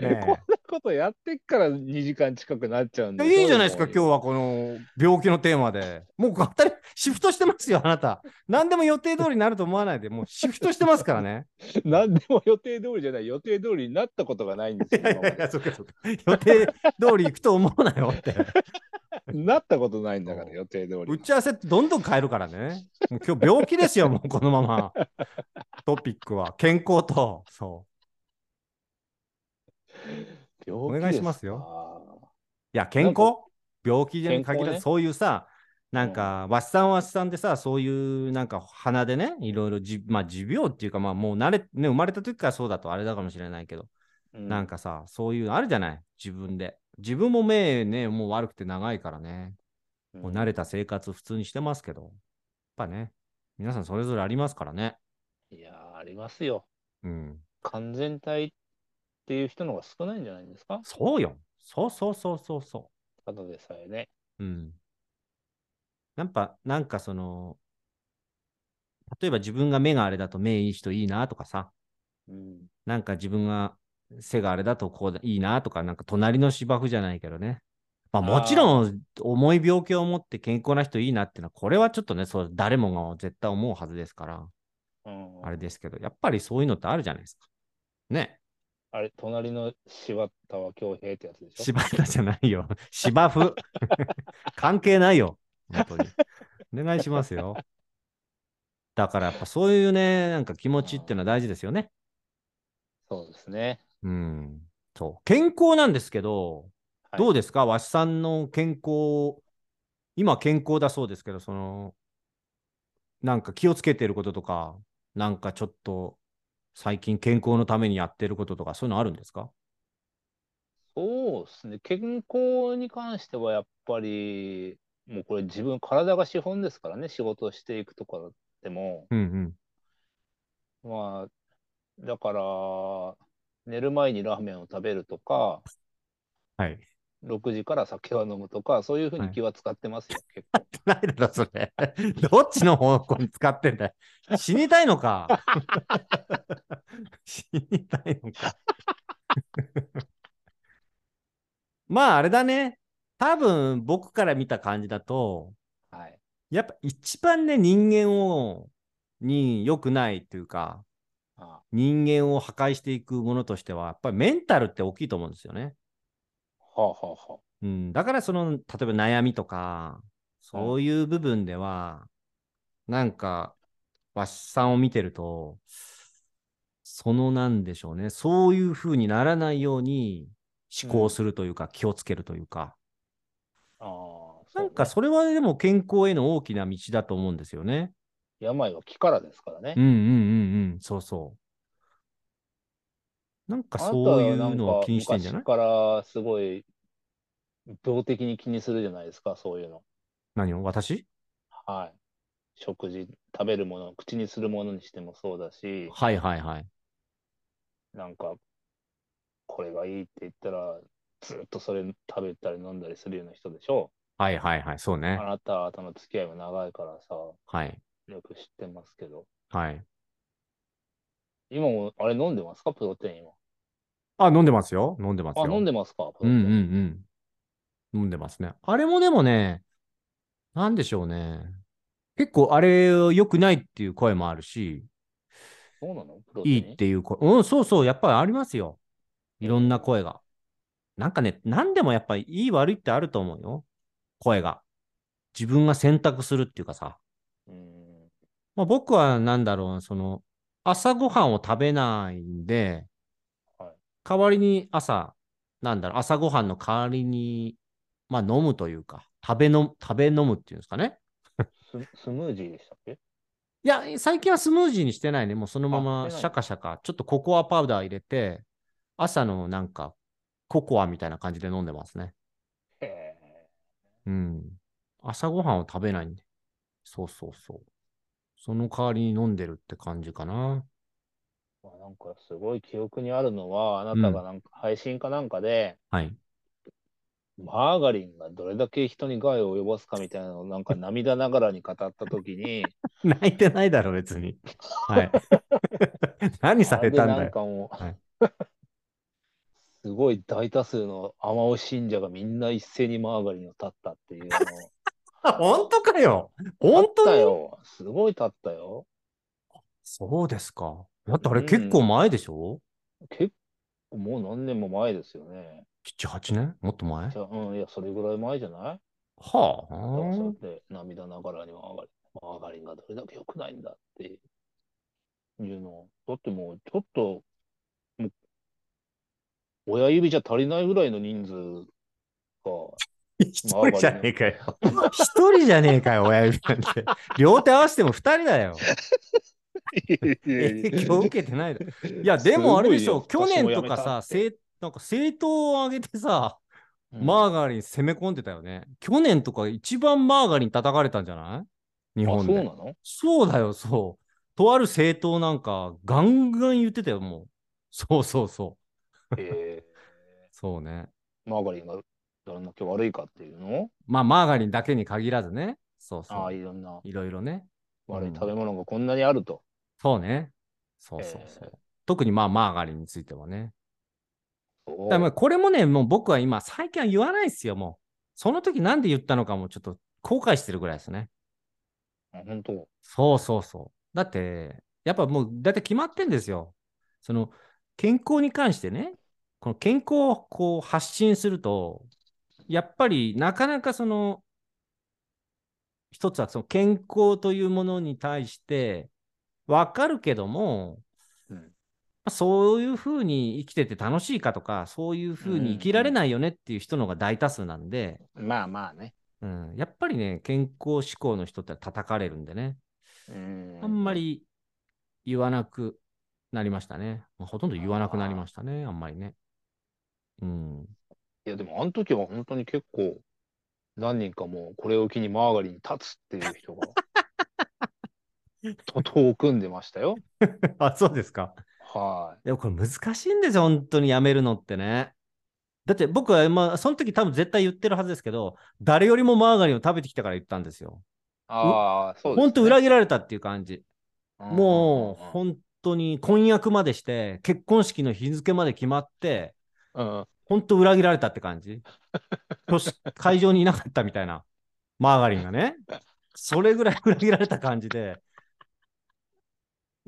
[SPEAKER 1] ね
[SPEAKER 2] こんなことやってっから2時間近くなっちゃうん
[SPEAKER 1] いや
[SPEAKER 2] で。
[SPEAKER 1] いいじゃないですか、今日
[SPEAKER 2] は。
[SPEAKER 1] はこの病気のテーマで。もう当たり、シフトしてますよ、あなた。何でも予定通りになると思わないで、もうシフトしてますから ね。
[SPEAKER 2] 何でも予定通りじゃない、予定通りになったことがないんです よ。今まで
[SPEAKER 1] そうかそうか。予定通り行くと思うなよって。
[SPEAKER 2] なったことないんだか
[SPEAKER 1] そ
[SPEAKER 2] ら、
[SPEAKER 1] う
[SPEAKER 2] 予定通
[SPEAKER 1] 打
[SPEAKER 2] り。
[SPEAKER 1] ち合わせってどんどん変えるからね。もう今日病気ですよ、もうこのまま。トピックは。健康と、そう。
[SPEAKER 2] お
[SPEAKER 1] お願いしますよ。いや、健康病気に限ら
[SPEAKER 2] 健康
[SPEAKER 1] ず、
[SPEAKER 2] ね
[SPEAKER 1] そういうさ、なんか、わしさんわしさんでさ、そういう、なんか、鼻でね、いろいろじ、まあ、持病っていうか、まあ、もう慣れ、ね、生まれた時からそうだとあれだかもしれないけど、
[SPEAKER 2] な
[SPEAKER 1] なんかさ、そういうのあるじゃない自分で。自分も目ね、もう悪くて長いからね、もう慣れた生活普通にしてますけど、やっぱね、皆さんそれぞれありますからね。
[SPEAKER 2] いやー、ありますよ。
[SPEAKER 1] うん。
[SPEAKER 2] 完全体っていう人の方が少ないんじゃないんですか
[SPEAKER 1] そうよ。そうそうそうそうそう。
[SPEAKER 2] ただでさえね。
[SPEAKER 1] うん。なんか、なんかその、例えば自分が目があれだと目いい人いいなとかさ、
[SPEAKER 2] うん。
[SPEAKER 1] なんか自分が背があれだとこうだいいなとか、なんか隣の芝生じゃないけどね。まあもちろん重い病気を持って健康な人いいなっていうのは、これはちょっとね、そう誰もが絶対思うはずですから、
[SPEAKER 2] うん
[SPEAKER 1] あれですけど、やっぱりそういうのってあるじゃないですか。ね。
[SPEAKER 2] あれ、隣の柴田は京平ってやつでしょ
[SPEAKER 1] 芝生じゃないよ。 芝生。 関係ないよ。本当に。お願いしますよ。だからやっぱそういうね、なんか気持ちっていうのは大事ですよね。
[SPEAKER 2] そうですね。
[SPEAKER 1] うん。そう。健康なんですけど、
[SPEAKER 2] はい
[SPEAKER 1] どうですかわしさんの健康、今健康だそうですけど、その、なんか気をつけてることとか、なんかちょっと最近健康のためにやってることとか、そういうのあるんですか
[SPEAKER 2] そうですね。健康に関してはやっぱり、もうこれ自分、体が資本ですからね、仕事をしていくとかでも、
[SPEAKER 1] うんうん。
[SPEAKER 2] まあ、だから、寝る前にラーメンを食べるとか、
[SPEAKER 1] はい。
[SPEAKER 2] 6時から酒は飲むとか、そういうふうに気は使ってますよ、結構。
[SPEAKER 1] ないだろ、それ。 どっちの方向に使ってんだよ。死にたいのか。死にたいのか。 まあ、あれだね。多分、僕から見た感じだと、
[SPEAKER 2] はい。
[SPEAKER 1] やっぱ一番ね、人間を、に良くないというか、
[SPEAKER 2] あ
[SPEAKER 1] 人間を破壊していくものとしては、やっぱりメンタルって大きいと思うんですよね。
[SPEAKER 2] はあ、はあは
[SPEAKER 1] うん、だからその例えば悩みとかそういう部分では、なんかわしさんを見てるとそのなんでしょうねそういう風にならないように思考するというか、気をつけるというか
[SPEAKER 2] あ。ああ、そう
[SPEAKER 1] なんか
[SPEAKER 2] ね
[SPEAKER 1] それはでも健康への大きな道だと思うんですよね。
[SPEAKER 2] 病は気からですからね
[SPEAKER 1] うん。うんうんうんそうそう。なんかそういうのを気にしてんじゃない
[SPEAKER 2] あたはなんか昔からすごい、病的に気にするじゃないですか、そういうの。
[SPEAKER 1] 何を私
[SPEAKER 2] は食事、食べるもの、口にするものにしてもそうだし、
[SPEAKER 1] はいはいはい。
[SPEAKER 2] なんか、これがいいって言ったら、ずっとそれ食べたり飲んだりするような人でしょ。
[SPEAKER 1] はいはいはい。そう
[SPEAKER 2] あ
[SPEAKER 1] ね。
[SPEAKER 2] なたとの付き合いは長いからさ、よ
[SPEAKER 1] はい。
[SPEAKER 2] く知ってますけど。
[SPEAKER 1] はい。
[SPEAKER 2] 今も、あれ飲んでますかプロテインは。
[SPEAKER 1] あ、飲んでますよ。飲んでます
[SPEAKER 2] あ、
[SPEAKER 1] よ。
[SPEAKER 2] 飲んでますか
[SPEAKER 1] う
[SPEAKER 2] プ
[SPEAKER 1] んう
[SPEAKER 2] ロテイン。
[SPEAKER 1] んうん。飲んでますね。あれもでもね、なんでしょうね。結構あれ良くないっていう声もあるし、
[SPEAKER 2] そうなのプロテイン
[SPEAKER 1] いいっていう声。うん、そうそう、やっぱりありますよ。いろんな声が。なんかね、何でもやっぱりいい悪いってあると思うよ。声が。自分が選択するっていうかさ。
[SPEAKER 2] うん。
[SPEAKER 1] まあ、僕はなんだろう、その、朝ごはんを食べないんで、
[SPEAKER 2] はい
[SPEAKER 1] 代わりに朝、なんだろう、朝ごはんの代わりに、まあ飲むというか、食べの、食べ飲むっていうんですかね。
[SPEAKER 2] ススムージーでしたっけ
[SPEAKER 1] いや、最近はスムージーにしてないね。もうそのま
[SPEAKER 2] あ
[SPEAKER 1] ま
[SPEAKER 2] してない
[SPEAKER 1] シャカシャカ、ちょっとココアパウダー入れて、朝のなんか、ココアみたいな感じで飲んでますね。
[SPEAKER 2] へえ。
[SPEAKER 1] うん。朝ごはんを食べないんで。そうそうそう。その代わりに飲んでるって感じかな。
[SPEAKER 2] まあ、なんかすごい記憶にあるのは、あなたがなんか配信かなんかで、
[SPEAKER 1] はい。
[SPEAKER 2] マーガリンがどれだけ人に害を及ぼすかみたいなのをなんか涙ながらに語ったときに、
[SPEAKER 1] 泣いてないだろ、別に。はい。 何されたん
[SPEAKER 2] あれで
[SPEAKER 1] だ
[SPEAKER 2] なん
[SPEAKER 1] よ。
[SPEAKER 2] かもう、
[SPEAKER 1] はい
[SPEAKER 2] すごい大多数のアマオ信者がみんな一斉にマーガリンを立ったっていうあの。
[SPEAKER 1] 本当かよ。 本当
[SPEAKER 2] 立った
[SPEAKER 1] に
[SPEAKER 2] よ。すごい立ったよ。
[SPEAKER 1] そうですか。だってあれ結構前でしょ、
[SPEAKER 2] 結構もう何年も前ですよね。
[SPEAKER 1] ?7、8年もっと前
[SPEAKER 2] じゃあうん、いや、それぐらい前じゃない
[SPEAKER 1] は
[SPEAKER 2] だからそうや
[SPEAKER 1] あ。
[SPEAKER 2] って涙ながらにマーガリン、マーガリンがどれだけ良くないんだっていうの。だってもうちょっと、もう親指じゃ足りないぐらいの人数が、
[SPEAKER 1] 一人じゃねえかよ。一人じゃねえかよ、親指なんて。両手合わせても二人だよ。影響受けてないだろ。 いや、でもあれでしょ、去年とかさ、
[SPEAKER 2] せ
[SPEAKER 1] せいなんか政党を挙げてさ、マーガリン攻め込んでたよね。去年とか一番マーガリン叩かれたんじゃない日
[SPEAKER 2] あ、
[SPEAKER 1] 本
[SPEAKER 2] そうな
[SPEAKER 1] で。
[SPEAKER 2] の
[SPEAKER 1] そうだよ、そう。とある政党なんか、ガンガン言ってたよ、もう。そうそうそう。
[SPEAKER 2] え
[SPEAKER 1] そうね。
[SPEAKER 2] ーマーガリンがどんだけ悪いかっていうの
[SPEAKER 1] まあ、マーガリンだけに限らずね。そうそう。
[SPEAKER 2] ああ、
[SPEAKER 1] い
[SPEAKER 2] いろんな
[SPEAKER 1] ろいろね。
[SPEAKER 2] 悪い食べ物がこんなにあると。
[SPEAKER 1] そうね。そうそうそう。
[SPEAKER 2] えー
[SPEAKER 1] 特にまあ、マーガリンについてはね。
[SPEAKER 2] そう
[SPEAKER 1] だからまあこれもね、もう僕は今、最近は言わないですよ、もう。その時なんで言ったのかもちょっと後悔してるぐらいですね。
[SPEAKER 2] あ本当。
[SPEAKER 1] そうそうそう。だって、やっぱもう、だって決まってんですよ。その、健康に関してね、この健康をこう発信すると、やっぱりなかなかその、一つはその健康というものに対して、わかるけども、
[SPEAKER 2] うん
[SPEAKER 1] まあそういうふうに生きてて楽しいかとか、そういうふうに生きられないよねっていう人の方が大多数なんで、
[SPEAKER 2] まあまあね。
[SPEAKER 1] うん、やっぱりね、健康志向の人って叩かれるんでね。
[SPEAKER 2] うん
[SPEAKER 1] あんま。り言わなくなりましたね。まあ、ほとんど言わなくなりましたね、あんまりね。うん。
[SPEAKER 2] いや、でもあの時は本当に結構、何人かもうこれを機にマーガリンに立つっていう人が、 徒党を組んでましたよ。
[SPEAKER 1] あ、そうですか。
[SPEAKER 2] はい
[SPEAKER 1] や、これ難しいんですよ、本当にやめるのってね。だって僕は、まあ、その時多分絶対言ってるはずですけど、誰よりもマーガリンを食べてきたから言ったんですよ。
[SPEAKER 2] い。ああ、そうです、ね。
[SPEAKER 1] 本当裏切られたっていう感じ。
[SPEAKER 2] うん
[SPEAKER 1] もう、
[SPEAKER 2] うん
[SPEAKER 1] 本当に婚約までして、結婚式の日付まで決まって、
[SPEAKER 2] うん、
[SPEAKER 1] 本当裏切られたって感じ。よし会場にいなかったみたいな、マーガリンがね。それぐらい裏切られた感じで、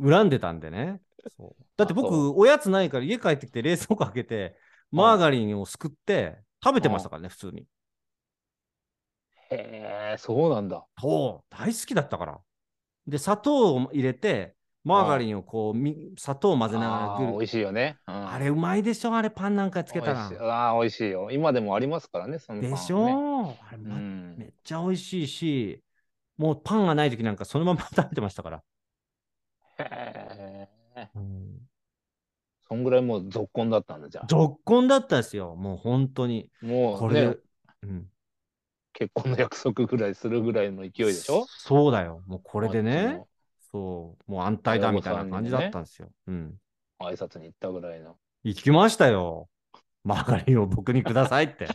[SPEAKER 1] 恨んでたんでね。そうだって
[SPEAKER 2] あそ
[SPEAKER 1] 僕、おやつないから家帰ってきて冷蔵庫開けて、マーガリンをすくって食べてましたからね、普通に。
[SPEAKER 2] へえ、そうなんだ。
[SPEAKER 1] そう、大好きだったから。で、砂糖を入れて、マーガリンをこう、み砂糖を混ぜながら
[SPEAKER 2] あ
[SPEAKER 1] ぐ
[SPEAKER 2] ー
[SPEAKER 1] る
[SPEAKER 2] 美味しいよね。うん、
[SPEAKER 1] あれうまいでしょあれパンなんかつけた
[SPEAKER 2] 美
[SPEAKER 1] ら
[SPEAKER 2] 味しい。。ああ、美味しいよ。今でもありますからね、そのパンはね
[SPEAKER 1] でしょあれ
[SPEAKER 2] う
[SPEAKER 1] まめ
[SPEAKER 2] ん。
[SPEAKER 1] っちゃ美味しいし、もうパンがない時なんかそのまま食べてましたから。
[SPEAKER 2] へえ。
[SPEAKER 1] うん、
[SPEAKER 2] そんぐらいもう続婚だったんだ、じゃあ。
[SPEAKER 1] 続婚だったですよ。もう本当に。
[SPEAKER 2] も
[SPEAKER 1] こ
[SPEAKER 2] う
[SPEAKER 1] れで、
[SPEAKER 2] ね、
[SPEAKER 1] うん、
[SPEAKER 2] 結婚の約束ぐらいするぐらいの勢いでしょ
[SPEAKER 1] そうだよ。もうこ
[SPEAKER 2] こ
[SPEAKER 1] れでね、。そう、もう安泰だみたいな感じだったんですよ。うん。
[SPEAKER 2] 挨拶に行ったぐらいの。
[SPEAKER 1] 行きましたよ。マーガリンを僕にくださいって。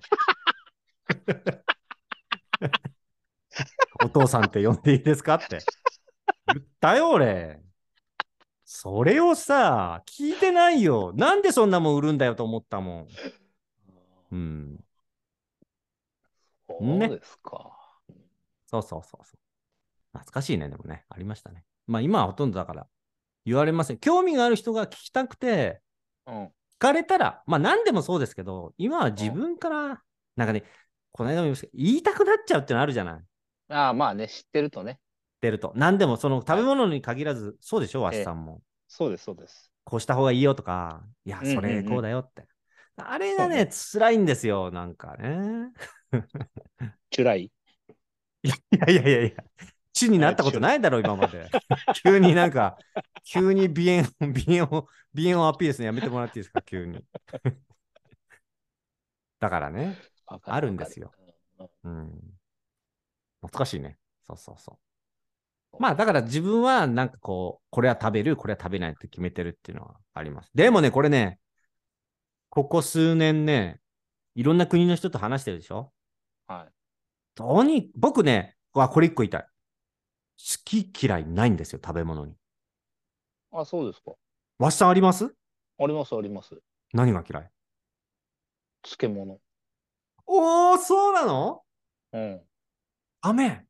[SPEAKER 1] お父さんって呼んでいいですかって。言ったよ、俺。それをさ、聞いてないよ。なんでそんなもん売るんだよと思ったもん。うん。
[SPEAKER 2] そうですか。
[SPEAKER 1] そうそうそうそう。懐かしいね、でもね。ありましたね。まあ今はほとんどだから言われません。興味がある人が聞きたくて、
[SPEAKER 2] うん。
[SPEAKER 1] 聞かれたら、まあ何でもそうですけど、今は自分から、なんかね、この間も言いましたけど言いたくなっちゃうってのあるじゃない。
[SPEAKER 2] ああ、まあね、知ってるとね。
[SPEAKER 1] 出ると。何でも、その食べ物に限らず、そうでしょ、わしさんも。
[SPEAKER 2] そうです、そうです。
[SPEAKER 1] こうした方がいいよとか、いや、
[SPEAKER 2] うんうんう
[SPEAKER 1] そ
[SPEAKER 2] ん
[SPEAKER 1] れこうだよって。あれが
[SPEAKER 2] そ
[SPEAKER 1] ね、辛いんですよ、なんかね。
[SPEAKER 2] チュライ。
[SPEAKER 1] いやいやいやいや、地になったことないだろう、今ま で。急になんか、急に鼻炎、 鼻炎を、鼻炎をアピールするのやめてもらっていいですか、急に。 だからね。
[SPEAKER 2] わか
[SPEAKER 1] あるんですよ。
[SPEAKER 2] わかる
[SPEAKER 1] うん。懐かしいね。そうそうそう。まあだから自分はなんかこう、これは食べる、これは食べないって決めてるっていうのはあります。でもね、これね、ここ数年ね、いろんな国の人と話してるでしょ
[SPEAKER 2] うんはい。
[SPEAKER 1] とに、僕ね、あ、これ一個言いたい。好き嫌いないんですよ、食べ物に。
[SPEAKER 2] あ、そうですか。
[SPEAKER 1] わしさんあります
[SPEAKER 2] あります、あります。
[SPEAKER 1] 何が嫌い
[SPEAKER 2] 漬物。
[SPEAKER 1] おー、そうなの
[SPEAKER 2] うん。
[SPEAKER 1] ダメ。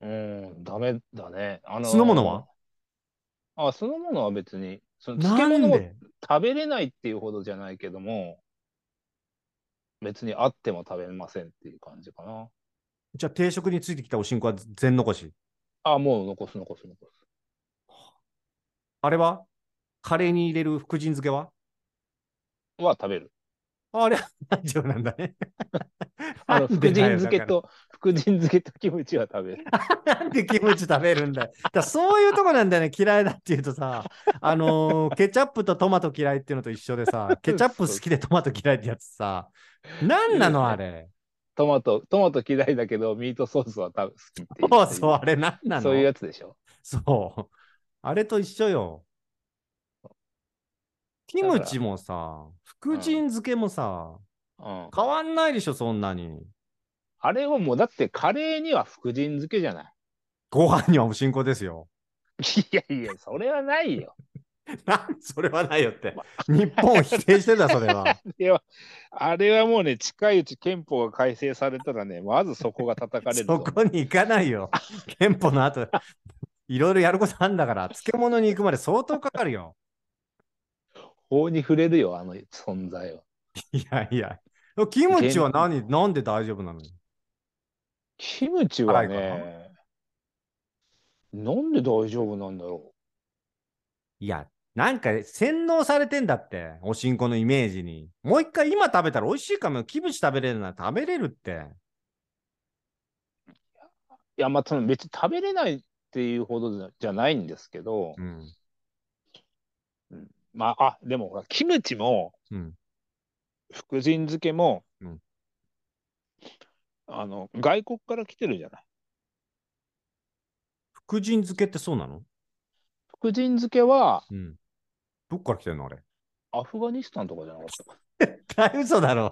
[SPEAKER 2] うん、ダメだね。あの
[SPEAKER 1] 酢の物は
[SPEAKER 2] あ、酢の物は別に。その漬
[SPEAKER 1] なん
[SPEAKER 2] 物を
[SPEAKER 1] で
[SPEAKER 2] 食べれないっていうほどじゃないけども、別にあっても食べませんっていう感じかな。
[SPEAKER 1] じゃあ定食についてきたおしんこは全残し。
[SPEAKER 2] あ、もう残す残す残す。
[SPEAKER 1] あれはカレーに入れる福神漬けは
[SPEAKER 2] は食べる。
[SPEAKER 1] あれは大丈夫なんだね。
[SPEAKER 2] あの、
[SPEAKER 1] なん
[SPEAKER 2] 福
[SPEAKER 1] で
[SPEAKER 2] 神
[SPEAKER 1] だよ
[SPEAKER 2] 漬け。と、福神漬けとキムチは食べる。
[SPEAKER 1] だからなんでキムチ食べるんだよ。だからそういうとこなんだよね。嫌いだっていうとさ、あのーケチャップとトマト嫌いっていうのと一緒で さ、ケチャップ好きでトマト嫌いってやつさ、なんなのあれ。
[SPEAKER 2] トマト、トマト嫌いだけど、ミートソースは多分好きっていう。
[SPEAKER 1] そうそう、あれなんなの
[SPEAKER 2] そういうやつでしょ。
[SPEAKER 1] そう。あれと一緒よ。キムチもさ、福神漬けもさ、
[SPEAKER 2] うん。
[SPEAKER 1] 変わんないでしょ、そんなに。
[SPEAKER 2] あれをもう、だってカレーには福神漬けじゃない。
[SPEAKER 1] ご飯にはおしんこですよ。
[SPEAKER 2] いやいや、それはないよ。
[SPEAKER 1] なんそれはないよって。日本を否定してた、それは。
[SPEAKER 2] あれは、あれはもうね、近いうち憲法が改正されたらね、まずそこが叩かれる
[SPEAKER 1] そ
[SPEAKER 2] ぞ。
[SPEAKER 1] こに行かないよ。憲法の後、いろいろやることあんだから、漬物に行くまで相当かかるよ。
[SPEAKER 2] 法に触れるよ、あの存在は。
[SPEAKER 1] いやいや。キムチは何、なんで大丈夫なの
[SPEAKER 2] キムチは
[SPEAKER 1] 辛い
[SPEAKER 2] ね、なんで大丈夫なんだろ
[SPEAKER 1] いや、なんか洗脳されてんだって、おしんこのイメージに。もう一回今食べたら美味しいかもよ。キムチ食べれるなら食べれるって。
[SPEAKER 2] う。いや、まあ、その別に食べれないっていうほどじゃないんですけど、
[SPEAKER 1] うん。
[SPEAKER 2] まあ、あ、でもほら、キムチも、
[SPEAKER 1] うん。
[SPEAKER 2] 福神漬けも、
[SPEAKER 1] うん
[SPEAKER 2] あの、外国から来てるじゃない。
[SPEAKER 1] 福神漬けってそうなの
[SPEAKER 2] 福神漬けは、
[SPEAKER 1] うん。どっから来てんのあれ。
[SPEAKER 2] アフガニスタンとかじゃなかったか
[SPEAKER 1] 絶対嘘だろ。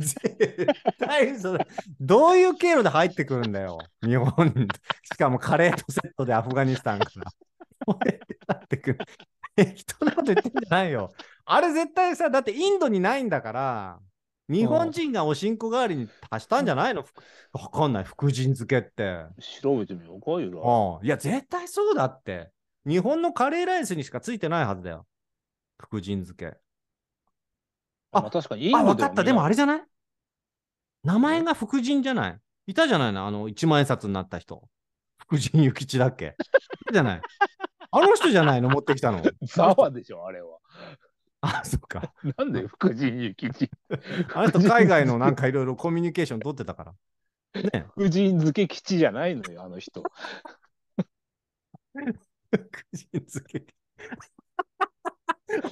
[SPEAKER 1] 絶対嘘だ。どういう経路で入ってくるんだよ。日本に。しかもカレーとセットでアフガニスタンから。こうやって入ってくる。適当なこと言ってんじゃないよ。あれ絶対さ、だってインドにないんだから、日本人がおしんこ代わりに足したんじゃないのわかんない。福神漬けって。
[SPEAKER 2] 調べてみようか、いろいろ。
[SPEAKER 1] うん。いや、絶対そうだって。日本のカレーライスにしかついてないはずだよ。福神漬け。あ
[SPEAKER 2] まあ、確かにイン
[SPEAKER 1] あ、
[SPEAKER 2] ド
[SPEAKER 1] わ
[SPEAKER 2] で
[SPEAKER 1] か
[SPEAKER 2] は
[SPEAKER 1] った。でもあれじゃない名前が福神じゃないいたじゃないのあの、一万円札になった人。福神諭吉だっけいたじゃないあの人じゃないの持ってきたの。
[SPEAKER 2] ザワでしょ、あれは。
[SPEAKER 1] あ、そっか。
[SPEAKER 2] なんで福神諭吉。
[SPEAKER 1] あの人海外のなんかいろいろコミュニケーション取ってたから。
[SPEAKER 2] 福神漬け吉じゃないのよ、あの人。
[SPEAKER 1] 福神漬 け。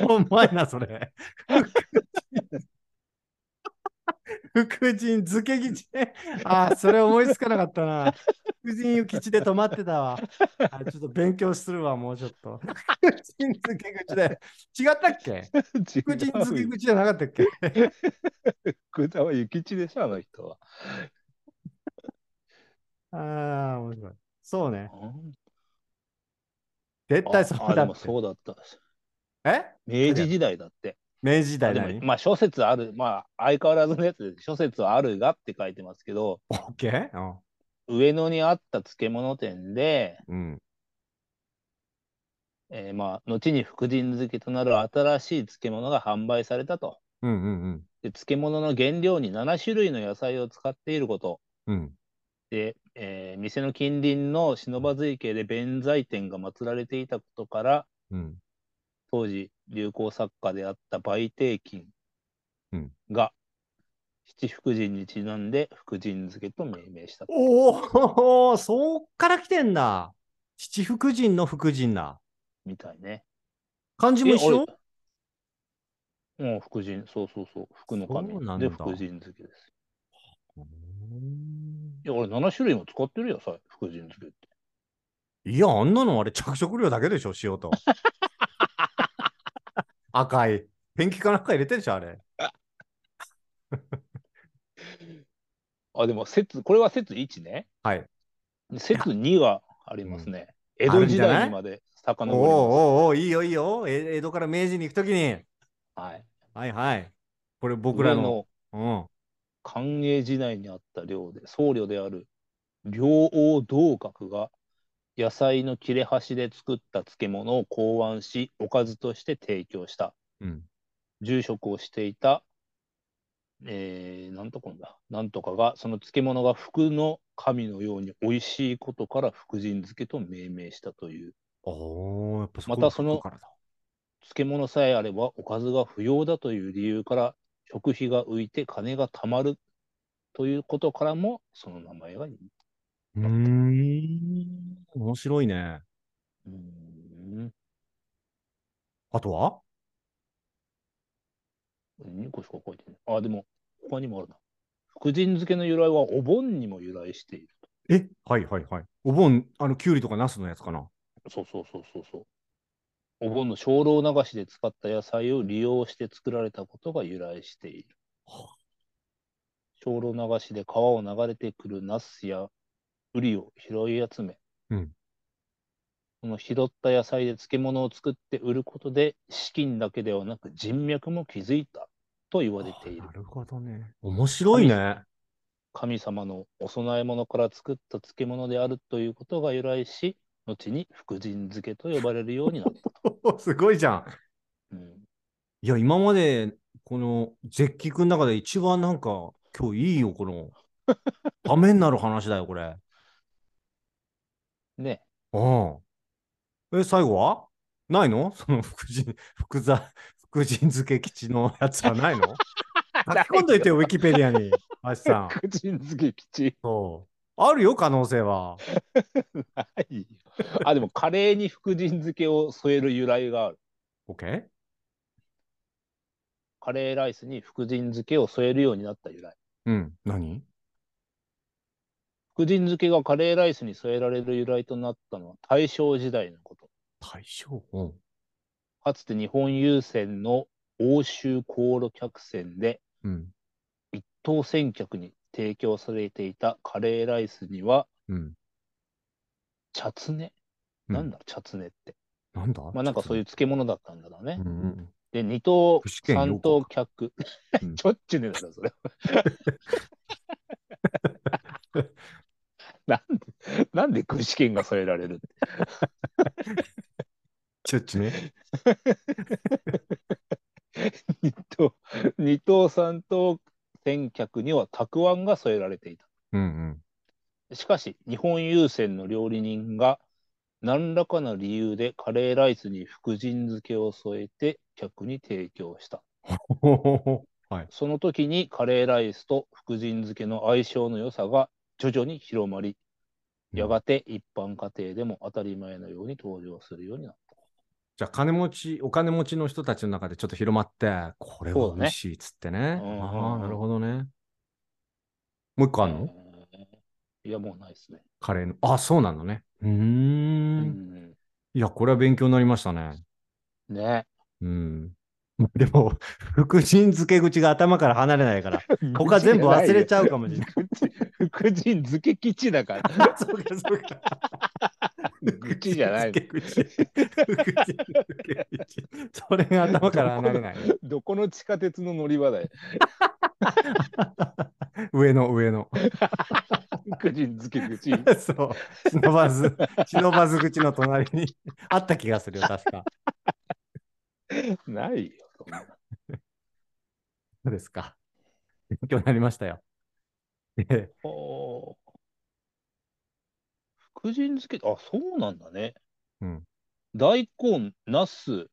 [SPEAKER 1] お前な、それ。福神福神漬け基地ね。あー、それ思いつかなかったな。福神湯基地で泊まってたわ。あちょっと勉強するわ、もうちょっと。福神漬け口だよ。違ったっけ福神漬け
[SPEAKER 2] 違う
[SPEAKER 1] 口じゃなかったっけ
[SPEAKER 2] 福田は諭吉でしょ、あの人は。
[SPEAKER 1] ああ、面白い。そうね。
[SPEAKER 2] うん
[SPEAKER 1] 絶対そ
[SPEAKER 2] ああ
[SPEAKER 1] う
[SPEAKER 2] で
[SPEAKER 1] だ
[SPEAKER 2] も
[SPEAKER 1] って。
[SPEAKER 2] そうだった。
[SPEAKER 1] え
[SPEAKER 2] 明治時代だって。
[SPEAKER 1] 明治時代
[SPEAKER 2] あで
[SPEAKER 1] 何
[SPEAKER 2] もまあ諸説ある、まあ相変わらずのやつで諸説あるがって書いてますけど、
[SPEAKER 1] オッケー
[SPEAKER 2] 上野にあった漬物店で、
[SPEAKER 1] うん。
[SPEAKER 2] えーまあ後に福神漬けとなる新しい漬物が販売されたと。
[SPEAKER 1] うんうん
[SPEAKER 2] で漬物の原料に7種類の野菜を使っていること。
[SPEAKER 1] うん。うん。
[SPEAKER 2] で、えー店の近隣の忍ばず池で弁財天が祀られていたことから、
[SPEAKER 1] うん。
[SPEAKER 2] 当時流行作家であった売亭金
[SPEAKER 1] うん
[SPEAKER 2] が、七福神にちなんで福神漬けと命名したと。
[SPEAKER 1] おお、そっから来てんだ。七福神の福神だ。
[SPEAKER 2] みたいね。
[SPEAKER 1] 漢字も一緒
[SPEAKER 2] えあれうん、福神、そうそうそう、福の神
[SPEAKER 1] そうなんだ
[SPEAKER 2] で福神漬けです。
[SPEAKER 1] うーん
[SPEAKER 2] いや、俺7種類も使ってるよ、さ、福神漬けって。
[SPEAKER 1] いや、あんなのあれ着色料だけでしょ、塩 と。赤い。ペンキかなんか入れてるでしょ、あれ。
[SPEAKER 2] あ、でも説、これは説1ね。
[SPEAKER 1] はい。
[SPEAKER 2] 説2がありますね。
[SPEAKER 1] ん
[SPEAKER 2] 江戸時
[SPEAKER 1] あるんじゃな
[SPEAKER 2] 代
[SPEAKER 1] い
[SPEAKER 2] にまで
[SPEAKER 1] おー
[SPEAKER 2] 遡りま
[SPEAKER 1] お
[SPEAKER 2] す。
[SPEAKER 1] ーおーいいよいいよ。え江戸から明治に行くときに。
[SPEAKER 2] はい。
[SPEAKER 1] はいはい。これ僕
[SPEAKER 2] 僕
[SPEAKER 1] ら
[SPEAKER 2] ら
[SPEAKER 1] の。
[SPEAKER 2] の寛永時代にあった領で、僧侶である両王道閣が野菜の切れ端で作った漬物を考案し、おかずとして提供した。
[SPEAKER 1] うん。うん。
[SPEAKER 2] 住職をしていた、えー、なんとかんだ、なんとかが、その漬物が福の神のように美味しいことから福神漬けと命名したという、
[SPEAKER 1] おーやっぱこ
[SPEAKER 2] またその
[SPEAKER 1] こからだ
[SPEAKER 2] 漬物さえあればおかずが不要だという理由から、食費が浮いて金が貯まるということからも、その名前が。う
[SPEAKER 1] うーん。面白いね。
[SPEAKER 2] ーん、
[SPEAKER 1] あとは
[SPEAKER 2] 2個しか書いてない。あ、でも、他にもあるな。福神漬けの由来はお盆にも由来している。
[SPEAKER 1] えはいはいはい。お盆、あの、きゅうりとかナスのやつかな。
[SPEAKER 2] そうそうそうそうそう。お盆の精霊流しで使った野菜を利用して作られたことが由来している。精霊流しで川を流れてくるナスやウリを拾い集め、
[SPEAKER 1] うん
[SPEAKER 2] この拾った野菜で漬物を作って売ることで資金だけではなく人脈も築いたと言われている
[SPEAKER 1] な。るほどね。面白い ね。
[SPEAKER 2] 神様のお供え物から作った漬物であるということが由来し、後に福神漬けと呼ばれるようになった。
[SPEAKER 1] すごいじゃん。
[SPEAKER 2] うん
[SPEAKER 1] いや、今まで、この絶景の中で一番なんか、今日いいよ、こ の。ためになる話だよ、これ。
[SPEAKER 2] ね、
[SPEAKER 1] うん。え、最後はないの その福神、福座、福神漬け基地のやつは ないの書き込んどいてよ、ウィキペディアに、橋さん。
[SPEAKER 2] 福神漬け吉。
[SPEAKER 1] そう。あるよ、可能性は。
[SPEAKER 2] ないよあ、でもカレーに福神漬けを添える由来がある。
[SPEAKER 1] OK?
[SPEAKER 2] カレーライスに福神漬けを添えるようになった由来。
[SPEAKER 1] うん。何
[SPEAKER 2] 福神漬けがカレーライスに添えられる由来となったのは大正時代のこと。
[SPEAKER 1] 対象うん。
[SPEAKER 2] かつて日本郵船の欧州航路客船で
[SPEAKER 1] うん。
[SPEAKER 2] 一等船客に提供されていたカレーライスには、
[SPEAKER 1] うん。
[SPEAKER 2] チャツネ
[SPEAKER 1] うん
[SPEAKER 2] なんだ、チャツネって。
[SPEAKER 1] なんだ
[SPEAKER 2] まあなんかそういう
[SPEAKER 1] う。
[SPEAKER 2] 漬物だったんだろうね
[SPEAKER 1] う。んうん
[SPEAKER 2] で、二等
[SPEAKER 1] 具志、堅用
[SPEAKER 2] 三
[SPEAKER 1] 高
[SPEAKER 2] 等客
[SPEAKER 1] う。 ん
[SPEAKER 2] ちょっちゅうねだ ろ、それ。なんで、なんで具志堅が添えられる
[SPEAKER 1] ちょっちね。
[SPEAKER 2] 二等、二等三等船客にはたくあんが添えられていた。
[SPEAKER 1] うんうん。
[SPEAKER 2] しかし、日本郵船の料理人が何らかの理由でカレーライスに福神漬けを添えて客に提供した。
[SPEAKER 1] ほ ほほはい。
[SPEAKER 2] その時にカレーライスと福神漬けの相性の良さが徐々に広まり、
[SPEAKER 1] うん
[SPEAKER 2] やがて一般家庭でも当たり前のように登場するようになっ
[SPEAKER 1] じゃあ金持ち、お金持ちの人たちの中でちょっと広まって、これ
[SPEAKER 2] そう
[SPEAKER 1] は
[SPEAKER 2] だね
[SPEAKER 1] 美味しいっつってね。
[SPEAKER 2] うんうんうん
[SPEAKER 1] ああ、なるほどね。もう一個あんの
[SPEAKER 2] えーいや、もうないですね。
[SPEAKER 1] カレーの。あ、そうなのね。うー。
[SPEAKER 2] うんん
[SPEAKER 1] いや、これは勉強になりましたね。
[SPEAKER 2] ね。
[SPEAKER 1] うん。でも、 福神漬け口が頭から離れないから、 他全部忘れち
[SPEAKER 2] ゃ
[SPEAKER 1] ゃうかもしれ ない。
[SPEAKER 2] う。福神漬け基地 だから。
[SPEAKER 1] そうか、そうか。
[SPEAKER 2] 愚痴じ ゃないの
[SPEAKER 1] 福神漬け口。福神漬け口。それが頭から離れない。
[SPEAKER 2] どこの地下鉄の乗り場だよ。
[SPEAKER 1] 上の上の。
[SPEAKER 2] 福神漬け口。
[SPEAKER 1] そう。忍ばず、忍ばず口の隣にあった気がするよ、確か。
[SPEAKER 2] ないよ。そんな
[SPEAKER 1] そうですか。 勉強になりましたよ。で
[SPEAKER 2] おー福神漬け、あ、そうなんだね。
[SPEAKER 1] うん
[SPEAKER 2] 大根、ナス、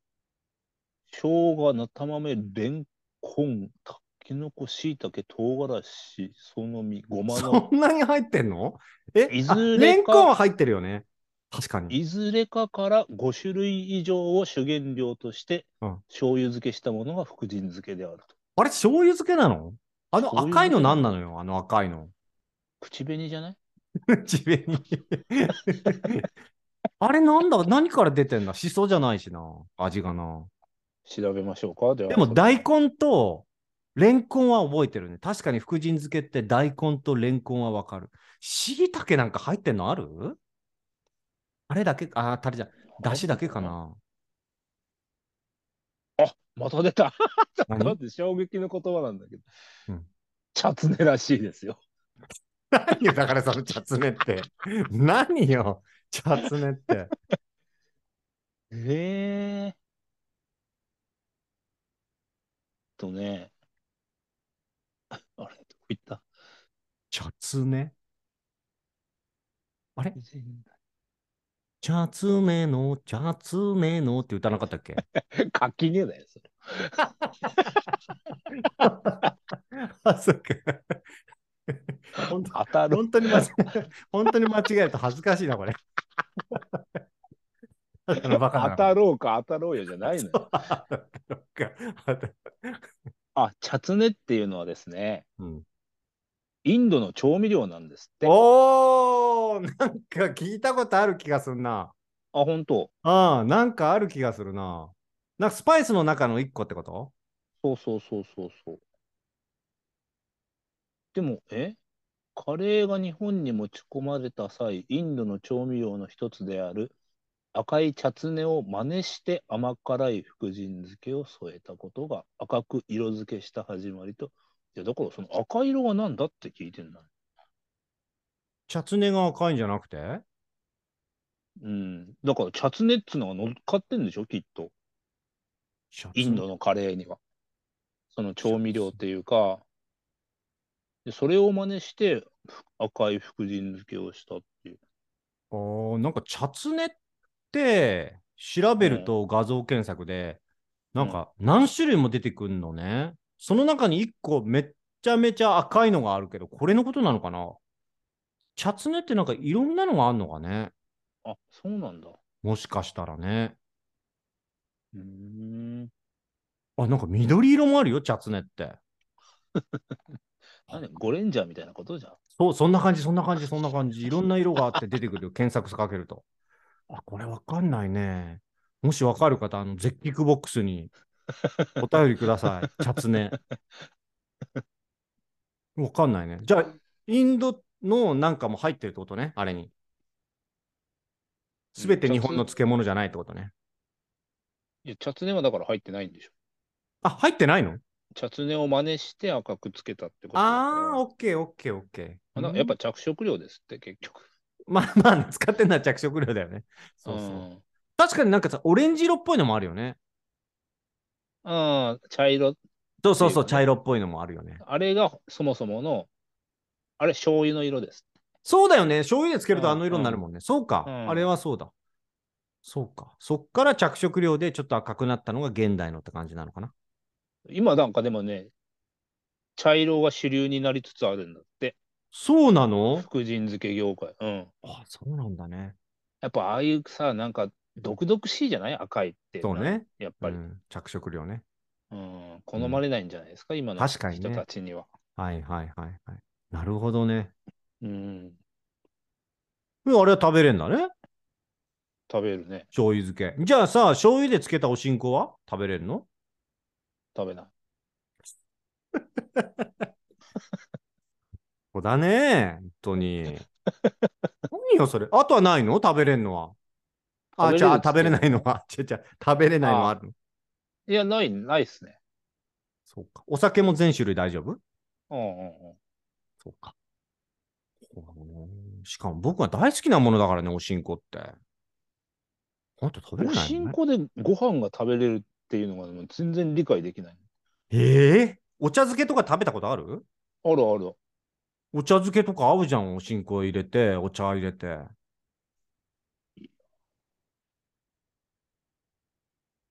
[SPEAKER 2] 生姜、菜玉め、レンコン、たけのこ、しいたけ、唐辛子、その実、ごまの、
[SPEAKER 1] そんなに入ってんのえ
[SPEAKER 2] い
[SPEAKER 1] あ
[SPEAKER 2] ずれか
[SPEAKER 1] レンコンは入ってるよね。確かに。
[SPEAKER 2] いずれかから5種類以上を主原料として、
[SPEAKER 1] うん
[SPEAKER 2] 醤油漬けしたものが福神漬けであると。
[SPEAKER 1] あれ、醤油漬けなのあの
[SPEAKER 2] 醤油
[SPEAKER 1] 赤いの何なのよ、あの赤いの。
[SPEAKER 2] 口紅じゃない
[SPEAKER 1] 地べに。あれなんだ何から出てんだしそじゃないしな。味がな。
[SPEAKER 2] 調べましょうか。では
[SPEAKER 1] でも
[SPEAKER 2] それ
[SPEAKER 1] 大根とレンコンは覚えてるね。確かに福神漬けって大根とレンコンはわかる。しいたけなんか入ってんのあるあれだけああ、タレじゃん。だしだけかな。
[SPEAKER 2] また出 た。ちょっと
[SPEAKER 1] 何
[SPEAKER 2] 待って、衝撃の言葉なんだけど。
[SPEAKER 1] うん
[SPEAKER 2] チャツネらしいですよ。
[SPEAKER 1] 何よ、だからそのチャツネって。何よ、チャツネって。
[SPEAKER 2] へえ。とね。あれ、どこ行った
[SPEAKER 1] チャツネあれ
[SPEAKER 2] 以前
[SPEAKER 1] チャツネの、チャツネのって歌わなかったっけ
[SPEAKER 2] 垣根だよ、それ。
[SPEAKER 1] あ、そっか。本当
[SPEAKER 2] 当た
[SPEAKER 1] 本
[SPEAKER 2] る。
[SPEAKER 1] 当に間違え、本当に間違えると恥ずかしいな、こ れ。ただのバカ
[SPEAKER 2] 当
[SPEAKER 1] な
[SPEAKER 2] たろうか当たろうよじゃないのよ。
[SPEAKER 1] そっかあた
[SPEAKER 2] あ、チャツネっていうのはですね、
[SPEAKER 1] うん
[SPEAKER 2] インドの調味料なんですって。あ、
[SPEAKER 1] おーなんか聞いたことある気がするな。
[SPEAKER 2] 本当。
[SPEAKER 1] ああ、なんかある気がするな。なんかスパイスの中の一個ってこと
[SPEAKER 2] そうそうそうそうそう。でも、えカレーが日本に持ち込まれた際、インドの調味料の一つである赤いチャツネを真似して甘辛い福神漬けを添えたことが赤く色付けした始まりと、いやだからその赤色がなんだって聞いてんだ。
[SPEAKER 1] チャツネが赤いんじゃなくて
[SPEAKER 2] うん。だからチャツネっつうのが乗っかってんでしょ、きっと。インドのカレーには。その調味料っていうか、でそれを真似してふ赤い福神漬けをしたっていう。
[SPEAKER 1] あーなんかチャツネって調べると画像検索で、なんか何種類も出てくるのね。その中に1個めっちゃめちゃ赤いのがあるけど、これのことなのかなチャツネってなんかいろんなのがあるのかね
[SPEAKER 2] あ、そうなんだ。う
[SPEAKER 1] もしかしたらね。
[SPEAKER 2] ーん。
[SPEAKER 1] あ、なんか緑色もあるよ、チャツネって。
[SPEAKER 2] 何ゴレンジャーみたいなことじゃん。
[SPEAKER 1] そう、そんな感じ、そんな感じ、そんな感じ。いろんな色があって出てくるよ、検索かけると。あ、これわかんないね。もしわかる方、あの、絶キックボックスにお便りくださ い。チャツネ。わかんないね。じゃあ、インドのなんかも入ってるってことね、あれに。すべて日本の漬物じゃないってことね。
[SPEAKER 2] いや、チャツネはだから入ってないんでしょ。
[SPEAKER 1] あ、入ってないの
[SPEAKER 2] チャツネを真似して赤くつけたってことだ
[SPEAKER 1] あ
[SPEAKER 2] か
[SPEAKER 1] あ、
[SPEAKER 2] ら
[SPEAKER 1] オッケー、オッケー、オッケ
[SPEAKER 2] あ
[SPEAKER 1] ー。
[SPEAKER 2] なんかやっぱ着色料ですって、結局。
[SPEAKER 1] まあまあ、使ってんのは着色料だよね。そうそう。
[SPEAKER 2] ん
[SPEAKER 1] 確かになんかさ、オレンジ色っぽいのもあるよね。
[SPEAKER 2] ああ、茶色。
[SPEAKER 1] そうそうそう、
[SPEAKER 2] っていうかね
[SPEAKER 1] 茶色っぽいのもあるよね。
[SPEAKER 2] あれがそもそもの、あれ、醤油の色です。
[SPEAKER 1] そうだよね。醤油でつけると
[SPEAKER 2] うん
[SPEAKER 1] あの色になるもんね。そうか、
[SPEAKER 2] うん
[SPEAKER 1] あれはそうだ。そうか。そっから着色料でちょっと赤くなったのが現代のって感じなのかな。
[SPEAKER 2] 今なんかでもね、茶色が主流になりつつあるんだって。
[SPEAKER 1] そうなの
[SPEAKER 2] 福神漬け業界。うん。
[SPEAKER 1] あ、そうなんだね。
[SPEAKER 2] やっぱああいうさ、なんか毒々しいじゃない赤いって。
[SPEAKER 1] そうね。
[SPEAKER 2] やっ
[SPEAKER 1] う
[SPEAKER 2] ぱり、
[SPEAKER 1] ん、着色料ね。
[SPEAKER 2] うん。好まれないんじゃないですか、今の
[SPEAKER 1] 確かにね
[SPEAKER 2] 人たちには。
[SPEAKER 1] はいはいはいはい。なるほどね。
[SPEAKER 2] うん。
[SPEAKER 1] うんあれは食べれんだね。
[SPEAKER 2] 食べるね。
[SPEAKER 1] 醤油漬け。じゃあさ、醤油で漬けたおしんこは食べれるの
[SPEAKER 2] 食べない。
[SPEAKER 1] そうだね。本当に。何よ、それ。あとはないの食べれんのは。あ、じゃあ食
[SPEAKER 2] 食
[SPEAKER 1] べ
[SPEAKER 2] べ
[SPEAKER 1] れ
[SPEAKER 2] れるっつって
[SPEAKER 1] ないのは。 じゃじゃ食べれないのはあるの。
[SPEAKER 2] いや、ない、ないっすね。
[SPEAKER 1] そうか。お酒も全種類大丈夫
[SPEAKER 2] うんうんうん。
[SPEAKER 1] そうか。そうだねしかも僕は大好きなものだからね、おしんこって。ほんと食べれ
[SPEAKER 2] お
[SPEAKER 1] ない、ね。
[SPEAKER 2] しんこでご飯が食べれるっていうのがもう全然理解できない。
[SPEAKER 1] ええお茶漬けとか食べたことある
[SPEAKER 2] あるある。
[SPEAKER 1] お茶漬けとか合うじゃん、おしんこ入れて、お茶入れて。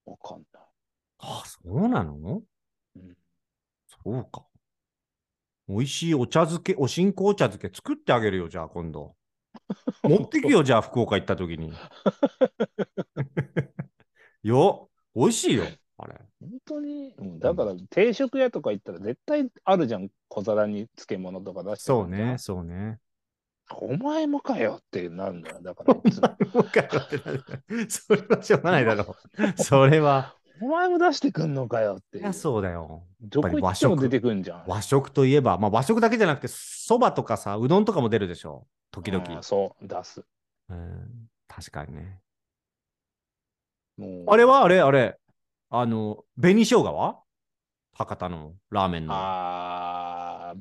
[SPEAKER 2] わかんない。
[SPEAKER 1] あ、そうなの
[SPEAKER 2] うん
[SPEAKER 1] そうか。美味しいお茶漬け、おしんこお茶漬け作ってあげるよ、じゃあ今 度。持ってくよ、じゃあ福岡行った時に。 よ、美味しいよ、あれ。
[SPEAKER 2] 本当に、うんだから定食屋とか行ったら絶対あるじゃん。小皿に漬物とか出してく
[SPEAKER 1] そう
[SPEAKER 2] れるじゃ
[SPEAKER 1] ね、
[SPEAKER 2] ん。
[SPEAKER 1] そうね。
[SPEAKER 2] お前もかよってなるんだよ。だ からいつも
[SPEAKER 1] もう一回やってられない それはしょうがないだろう。それは。
[SPEAKER 2] お前も出してくんのかよって
[SPEAKER 1] い
[SPEAKER 2] い
[SPEAKER 1] や、
[SPEAKER 2] う。
[SPEAKER 1] そうだよ。
[SPEAKER 2] ど
[SPEAKER 1] や
[SPEAKER 2] こ行っても
[SPEAKER 1] っぱり和食
[SPEAKER 2] 出てくんじゃん。
[SPEAKER 1] 和食といえば、まあ、和食だけじゃなくて、そばとかさ、うどんとかも出るでしょ。時々。
[SPEAKER 2] うんそう、出す。
[SPEAKER 1] うん、確かにね。
[SPEAKER 2] もう
[SPEAKER 1] あれはあれあれ。あの、紅生姜は博多のラーメンの。あ
[SPEAKER 2] あー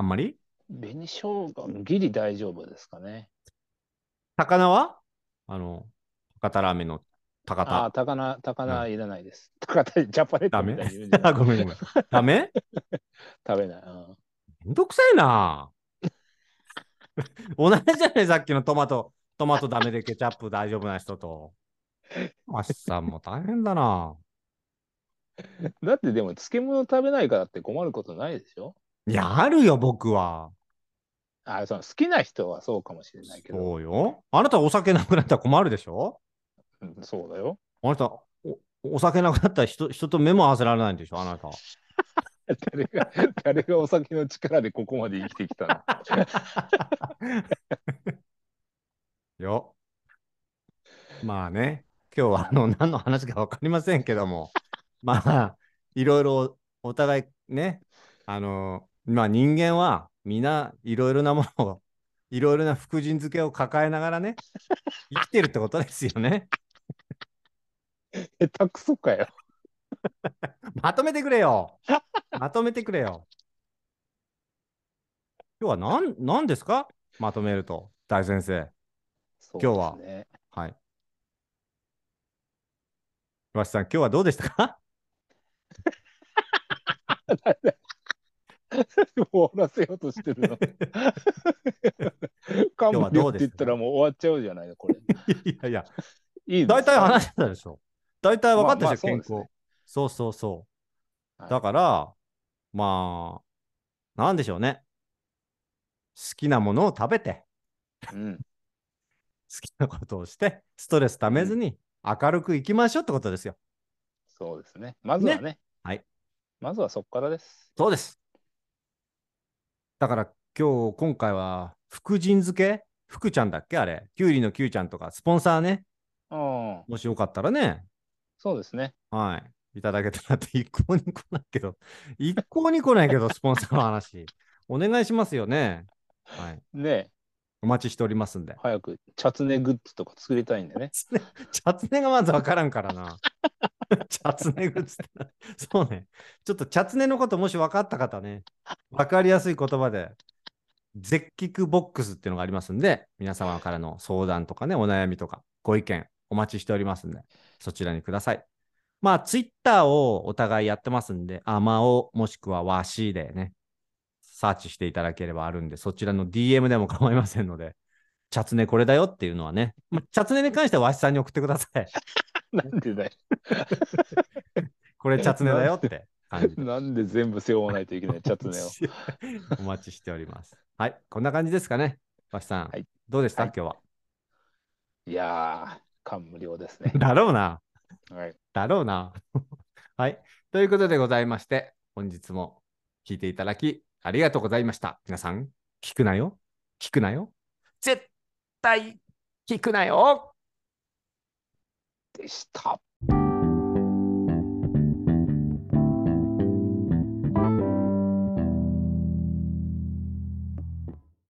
[SPEAKER 1] んまり
[SPEAKER 2] 紅生姜ギリ大丈夫ですかね。
[SPEAKER 1] 高菜はあの、博多ラーメンの高
[SPEAKER 2] ああー、
[SPEAKER 1] 田。
[SPEAKER 2] 高菜、高菜いらないです。高菜、ジャパネットみたいに言うんじゃ な
[SPEAKER 1] あ、
[SPEAKER 2] い
[SPEAKER 1] ごめんごめん。ダメ
[SPEAKER 2] 食べない。うん
[SPEAKER 1] めんどくさいな。 同じじゃない、さっきのトマト。トマトダメでケチャップ大丈夫な人と。マッさんも大変だな。
[SPEAKER 2] だってでも漬物食べないからって困ることないでしょ
[SPEAKER 1] いや、あるよ、僕は。
[SPEAKER 2] あその好きな人はそうかもしれないけど、
[SPEAKER 1] そうよ。あなたお酒なくなったら困るでしょ
[SPEAKER 2] うんそうだよ。
[SPEAKER 1] あなた、おお酒なくなったら人人と目も合わせられないんでしょあなた。
[SPEAKER 2] 誰が、 誰がお酒の力でここまで生きて きたの
[SPEAKER 1] よ。まあね、今日はあの 何の話か分かりませんけども、まあ、いろいろおお互いね、あのまあ人間は皆いろいろなものを、いろいろな福神漬けを抱えながらね、生きてるってことですよね。
[SPEAKER 2] 下手くそかよ。
[SPEAKER 1] まとめてくれよ。まとめてくれよ。今日は何何ですかまとめると、大先生。
[SPEAKER 2] そう
[SPEAKER 1] 今日は
[SPEAKER 2] ですね
[SPEAKER 1] はい。岩橋さん、今日はどうでしたか
[SPEAKER 2] もう終わらせようとして るの。カ
[SPEAKER 1] 日は
[SPEAKER 2] ン
[SPEAKER 1] ど
[SPEAKER 2] よ
[SPEAKER 1] う
[SPEAKER 2] っ
[SPEAKER 1] で
[SPEAKER 2] て
[SPEAKER 1] す
[SPEAKER 2] 言ったらもう終わっちゃうじゃないの、これ。
[SPEAKER 1] いやいや、
[SPEAKER 2] いいです
[SPEAKER 1] 大体話してたでしょ。大体分かった
[SPEAKER 2] まあ
[SPEAKER 1] で
[SPEAKER 2] まあ
[SPEAKER 1] しょ、
[SPEAKER 2] そう
[SPEAKER 1] 健
[SPEAKER 2] ですね
[SPEAKER 1] 康。そうそうそう。
[SPEAKER 2] はい
[SPEAKER 1] だから、まあ、なんでしょうね。好きなものを食べて、
[SPEAKER 2] うん。
[SPEAKER 1] 好きなことをして、ストレスためずに明るくいきましょうってことですよ。
[SPEAKER 2] そうですね。まずはね。
[SPEAKER 1] はい。
[SPEAKER 2] まずはそこからです。
[SPEAKER 1] そうです。だから今日、今回は、福神漬け福ちゃんだっけあれ。きゅうりのきゅうちゃんとか、スポンサーね。
[SPEAKER 2] うん。
[SPEAKER 1] もしよかったらね、
[SPEAKER 2] そうですね。
[SPEAKER 1] はい、いただけたらって一向に来ないけど、 一向に来ないけど、スポンサーの話、お願いしますよね。はい、
[SPEAKER 2] ねえ
[SPEAKER 1] お待ちしておりますんで。
[SPEAKER 2] 早く、チャツネグッズとか作りたいんで ね。
[SPEAKER 1] つねチャツネがまずわからんからな。チャツネグッズってな。そうね。ちょっとチャツネのこともし分かった方ね、分かりやすい言葉で、絶菊ボックスっていうのがありますんで、皆様からの相談とかね、お悩みとか、ご意見、お待ちしておりますんで、そちらにください。まあ、ツイッターをお互いやってますんで、あまお、もしくはわしでね、サーチしていただければあるんで、そちらの DM でも構いませんので、チャツネこれだよっていうのはね、まあチャツネに関してはわしさんに送ってください。
[SPEAKER 2] なんでだよ。
[SPEAKER 1] これチャツネだよ って感じで。
[SPEAKER 2] なんで全部背負わないといけない、チャツネを。
[SPEAKER 1] お待ちしております。はい、こんな感じですかね。わしさん、
[SPEAKER 2] はい
[SPEAKER 1] どうでした、
[SPEAKER 2] はい
[SPEAKER 1] 今日は。
[SPEAKER 2] いやー、感無量
[SPEAKER 1] 。
[SPEAKER 2] ですね
[SPEAKER 1] だろうな。
[SPEAKER 2] はい。
[SPEAKER 1] だ ろうな。はい。ということでございまして、本日も聞いていただきありがとうございました。皆さん、聞くなよ。聞くなよ。絶対聞くなよ。
[SPEAKER 2] でした。